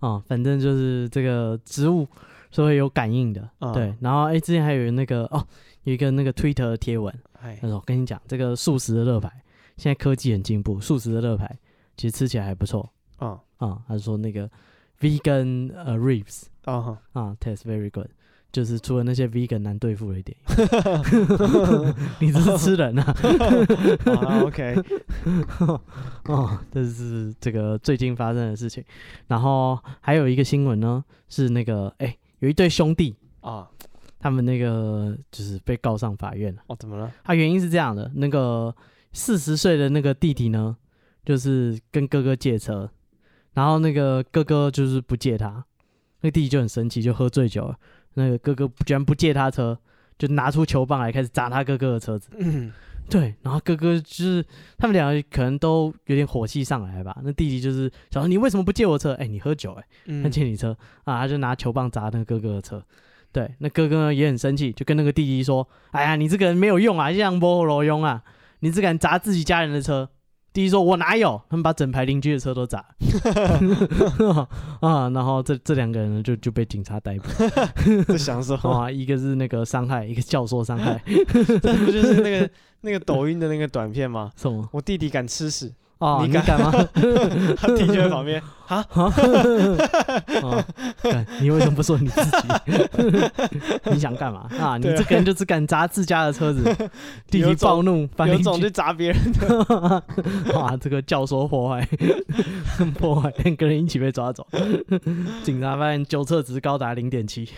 A: 啊、反正就是这个植物是会有感应的，
B: 啊
A: 对。然后哎、之前还有那个哦，有一个那个 Twitter 的贴文，
B: 哎
A: 他，说：“我跟你讲，这个素食的乐牌，现在科技很进步，素食的乐牌其实吃起来还不错
B: 嗯，
A: 啊。他说那个 vegan 呃 ribs
B: 哦， 哼
A: 啊，taste very good，就是除了那些 vegan 难对付了一点， 你这是吃人啊！
B: 好啦，OK，
A: 哦，这是这个最近发生的事情。然后还有一个新闻呢，是那个哎、有一对兄弟，
B: 啊，
A: 他们那个就是被告上法院了。”
B: 哦，怎么 了？
A: 他原因是这样的，那个四十岁的那个弟弟呢，就是跟哥哥借车，然后那个哥哥就是不借他，那个弟弟就很生气，就喝醉酒了。那个哥哥居然不借他车，就拿出球棒来开始砸他哥哥的车子。
B: 嗯，
A: 对，然后哥哥就是他们两个可能都有点火气上来吧。那弟弟就是想说你为什么不借我车？哎、你喝酒哎、他
B: 嗯
A: 借你车啊，他就拿球棒砸那个哥哥的车。对，那哥哥呢也很生气，就跟那个弟弟说：“哎呀，你这个人没有用啊，这样不罗用啊，你只敢砸自己家人的车。”弟弟说：“我哪有？他们把整排邻居的 车都砸了啊！”然后这这两个人呢就就被警察 逮捕
B: 在想什么？
A: 啊，一个是那个伤害，一个教唆伤害，
B: 这不就是那个那个抖音的那个短片吗？
A: 什么？
B: 我弟弟敢吃屎，
A: 哦，
B: 你
A: 你
B: 敢
A: 敢 吗？
B: 他弟就在旁边啊，
A: 哦，干你为什么不说你自己？ 你想干嘛啊？你
B: 对啊
A: 这个人就只敢砸自家 的车子，弟
B: 有
A: 弟
B: 种
A: 暴怒， 把
B: 有
A: 邻
B: 种
A: 居
B: 就砸别人。
A: 哇，这个教唆破 坏，破坏两个人一起被抓走，警察发现酒测值高达零点七，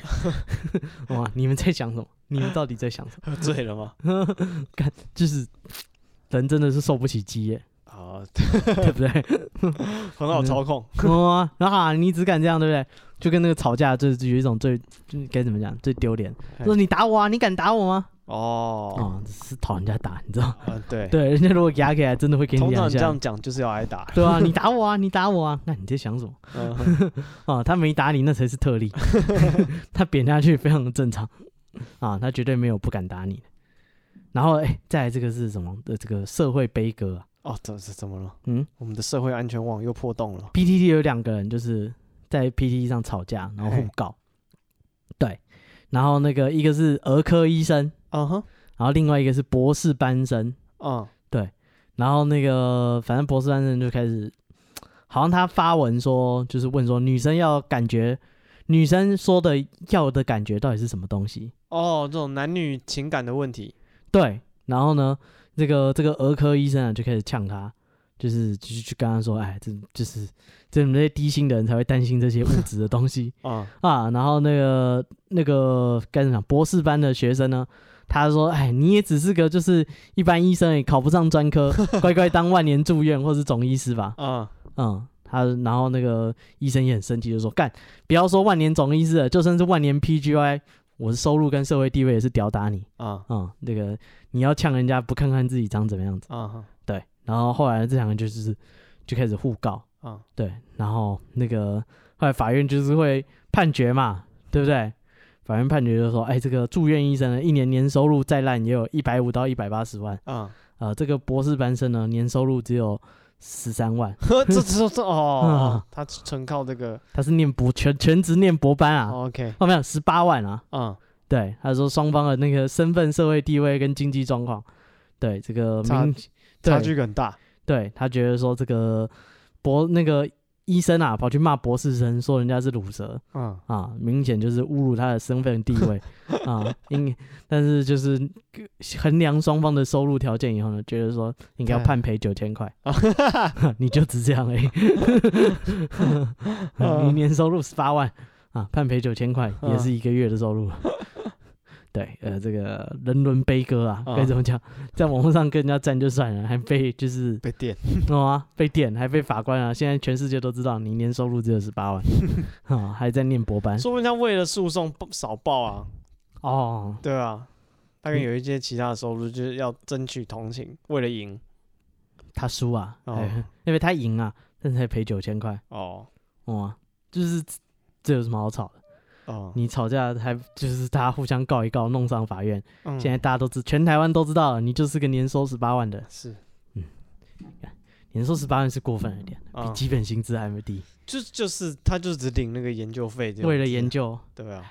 A: 哇，你们在想什么？你们到底在想什
B: 喝醉了吗？
A: 么？干，就是人真的是受不起鸡耶，
B: 啊，
A: 对不对？
B: 很好操控。
A: 哇，然后啊，你只敢这样，对不对？就跟那个吵架，就是有一种最就是该怎么讲，最丢脸。
B: 嗯
A: 说你打我啊，你敢打我吗？
B: 哦，
A: 哦，是讨人家打，你知道？
B: 啊，对，
A: 对，人家如果压起来，真的会给你
B: 通常
A: 两
B: 你这
A: 下
B: 样。讲就是要挨 打。
A: 对啊，你打我啊，你打我啊，那你在想什么？
B: 嗯
A: 啊，他没打你那才是 特例，他扁下去非常的正常啊，他绝对没有不敢打你的。然后哎，再来这个是什么？呃，这个社会悲歌啊
B: 哦，怎怎怎么了？
A: 嗯
B: 我们的社会安全网又破洞了。
A: ，PTT 有两个人就是在 PTT 上吵架，然后互
B: 嘿
A: 告。对，然后那个一个是儿科医生，
B: 嗯哼，
A: 然后另外一个是博士班生，
B: 嗯，
A: 然后那个反正博士班生就开始，好像他发文说，就是问说女生要感觉，女生说的要的感觉到底是什么东西？
B: 哦，这种男女情感的问题。
A: 对，然后呢，这个这个儿科医生啊就开始呛他，就是就是去跟他说，哎，这就是这你们这些低薪的人才会担心这些物质的东西
B: 啊，
A: 啊。然后那个那个该怎么讲，博士班的学生呢？他说：“哎，你也只是个就是一般医生，也考不上专科，乖乖当万年住院或是总医师吧。
B: 嗯，”
A: 嗯，他然后那个医生也很生气，就说：“干，不要说万年总医师了，就算是万年 PGY，我的收入跟社会地位也是吊打你。”
B: 啊，
A: 啊、那个你要呛人家不看看自己长怎么样子，
B: 啊，
A: 对。然后后来这两个就是就开始互告，
B: 啊，
A: 对。然后那个后来法院就是会判决嘛，对不对？法院判决就说，哎，这个住院医生呢，一年年收入再烂也有一百五到一百八十万，
B: 啊，
A: 呃，这个博士班生呢，年收入只有十三万，
B: 呵，这这这 哦，
A: 嗯
B: 他纯靠这个。
A: 他是念博全全职念博班啊，
B: OK，
A: 哦没有十八万啊，
B: 嗯，
A: 对，他说双方的那个身份、社会地位跟经济状况，对这个
B: 差
A: 明
B: 差
A: 对
B: 距很大。
A: 对他觉得说这个博那个医生啊，跑去骂博士生，说人家是乳蛇
B: 嗯，
A: 啊，明显就是侮辱他的身份地位啊。应但是就是衡量双方的收入条件以后呢，觉得说应该要
B: 对
A: 判赔九千块， 你就只这样 而已。
B: 嗯
A: 你年收入十八万啊，判赔九千块也是一个月的收入。 对，呃，这个人伦悲歌啊，
B: 嗯
A: 该怎么讲？在网络上跟人家战就算了，还被就是
B: 被电，
A: 哦啊，被点，还被法官啊！现在全世界都知道你年收入只有十 八万啊，还在念博班
B: 说不定他为了诉讼不少报啊，
A: 哦。
B: 对啊，大概
A: 你
B: 有一些其他的收入，就是要争取同情，为了赢
A: 他输啊，
B: 哦
A: 哎因为他赢啊，但是还赔九千块
B: 哦
A: 哇、就是这有什么好吵的？
B: 哦，
A: 你吵架还就是大家互相告一告，弄上法院。
B: 嗯
A: 现在大家都知，全台湾都知道了，你就是个年收十八万的，
B: 是
A: 年收十八万是过分了一点，比
B: 嗯
A: 基本薪资还没低。
B: 就就是他就只领那个研究费这样，
A: 为了研究
B: 对啊，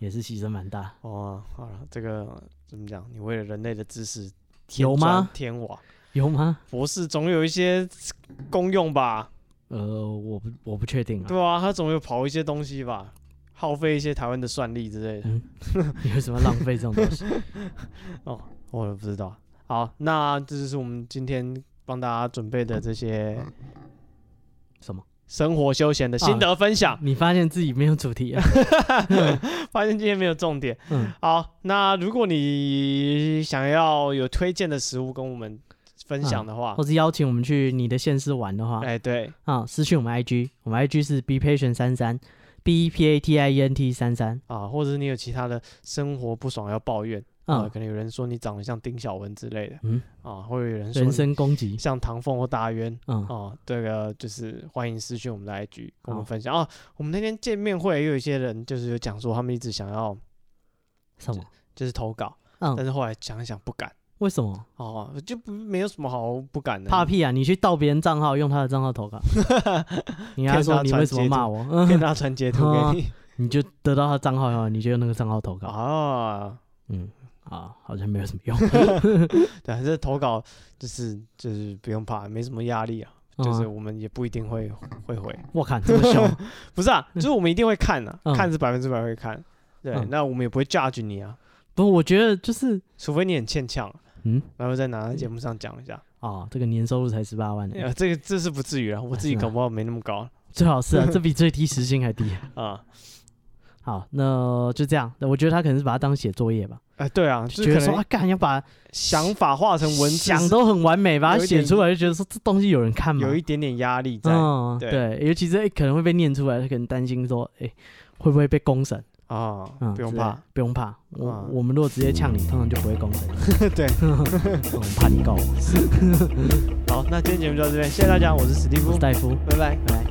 A: 也是牺牲蛮大，
B: 哦好了，这个怎么讲？你为了人类的知识添
A: 有吗
B: 砖？天瓦
A: 有吗？
B: 博士总有一些功用吧？
A: 呃，我不我不确 定啊，
B: 对啊，他总有跑一些东西吧，耗费一些台湾的算力之类的。
A: 你为什么浪费这种 东西？
B: 我也不知道。好，那这就是我们今天帮大家准备的这些
A: 什么？
B: 生活休闲的
A: 啊
B: 心得分享。
A: 你发现自己没有主题 啊？
B: 发现今天没有重点。
A: 嗯，
B: 好，那如果你想要有推荐的食物跟我们分享的话，
A: 或是邀请我们去你的县市玩的话，
B: 哎，对，
A: 啊，私讯我们 IG，我们 IG 是 be patient 三三，b e p a t i e n t 三三，
B: 啊，或者是你有其他的生活不爽要抱怨，啊，
A: 啊，
B: 可能有人说你长得像丁小文之类的，
A: 嗯，
B: 啊，或者有人说
A: 人
B: 你
A: 身 攻击，
B: 像唐凤或大渊，
A: 嗯，
B: 哦，这个就是欢迎私讯我们的 IG 跟我
A: 好
B: 们分享哦。我们那天见面会也有一些人就是有讲说他们一直想要
A: 什么？
B: 就是投稿，但
A: 嗯，
B: 是后来想一想不敢
A: 为什么？
B: 哦，就不没有什么好不敢的。
A: 怕屁啊！你去盗别人账号，用他的账号 投稿，你跟他说你为什么骂我，嗯
B: 骗他传截图
A: 啊
B: 给你
A: 你就得到他账号以后，你就用那个账号投稿。
B: 哦，
A: 嗯，啊，好像没有什么用，
B: 对，这投稿就是就是不用怕，没什么压力啊。 就是我们也不一定会会回，
A: 我看这么 凶，
B: 不是啊，就是我们一定会看的、
A: 嗯
B: 看是百分之百会看。对，
A: 嗯
B: 那我们也不会 judge 你啊，
A: 不，我觉得就是
B: 除非你很欠呛，啊
A: 嗯。
B: 然后再拿在节目上讲一下。
A: 哦，这个年收入才十八万呢、
B: 呃，这个这是不至于啊，我自己
A: 嗯 是啊
B: 搞不好没那么高
A: 最好是啊，这比最低时薪还低。
B: 啊。
A: 好，那就这样。那我觉得他可能是把它当写作业吧，
B: 哎，对啊，就
A: 就觉
B: 是
A: 得
B: 可
A: 说啊
B: 能，
A: 干要把
B: 想法化成文字，
A: 想都很完美，把它
B: 有一
A: 写
B: 点
A: 出来，就觉得说这东西有人看吗？
B: 有一点点压力在
A: 嗯，
B: 对
A: 对，尤其是、诶可能会被念出来，他可能担心说，哎、会不会被公审？
B: 啊，
A: 嗯，
B: 不用
A: 之类的
B: 怕，，
A: 不用怕。我、
B: 嗯
A: 我们如果直接呛你，通常就不会公审，
B: 对。
A: 我们怕你告我。
B: 好，那今天节目就到这边，谢谢大家，我是史蒂
A: 我
B: 夫
A: 是，戴夫，
B: 拜拜。
A: 拜拜。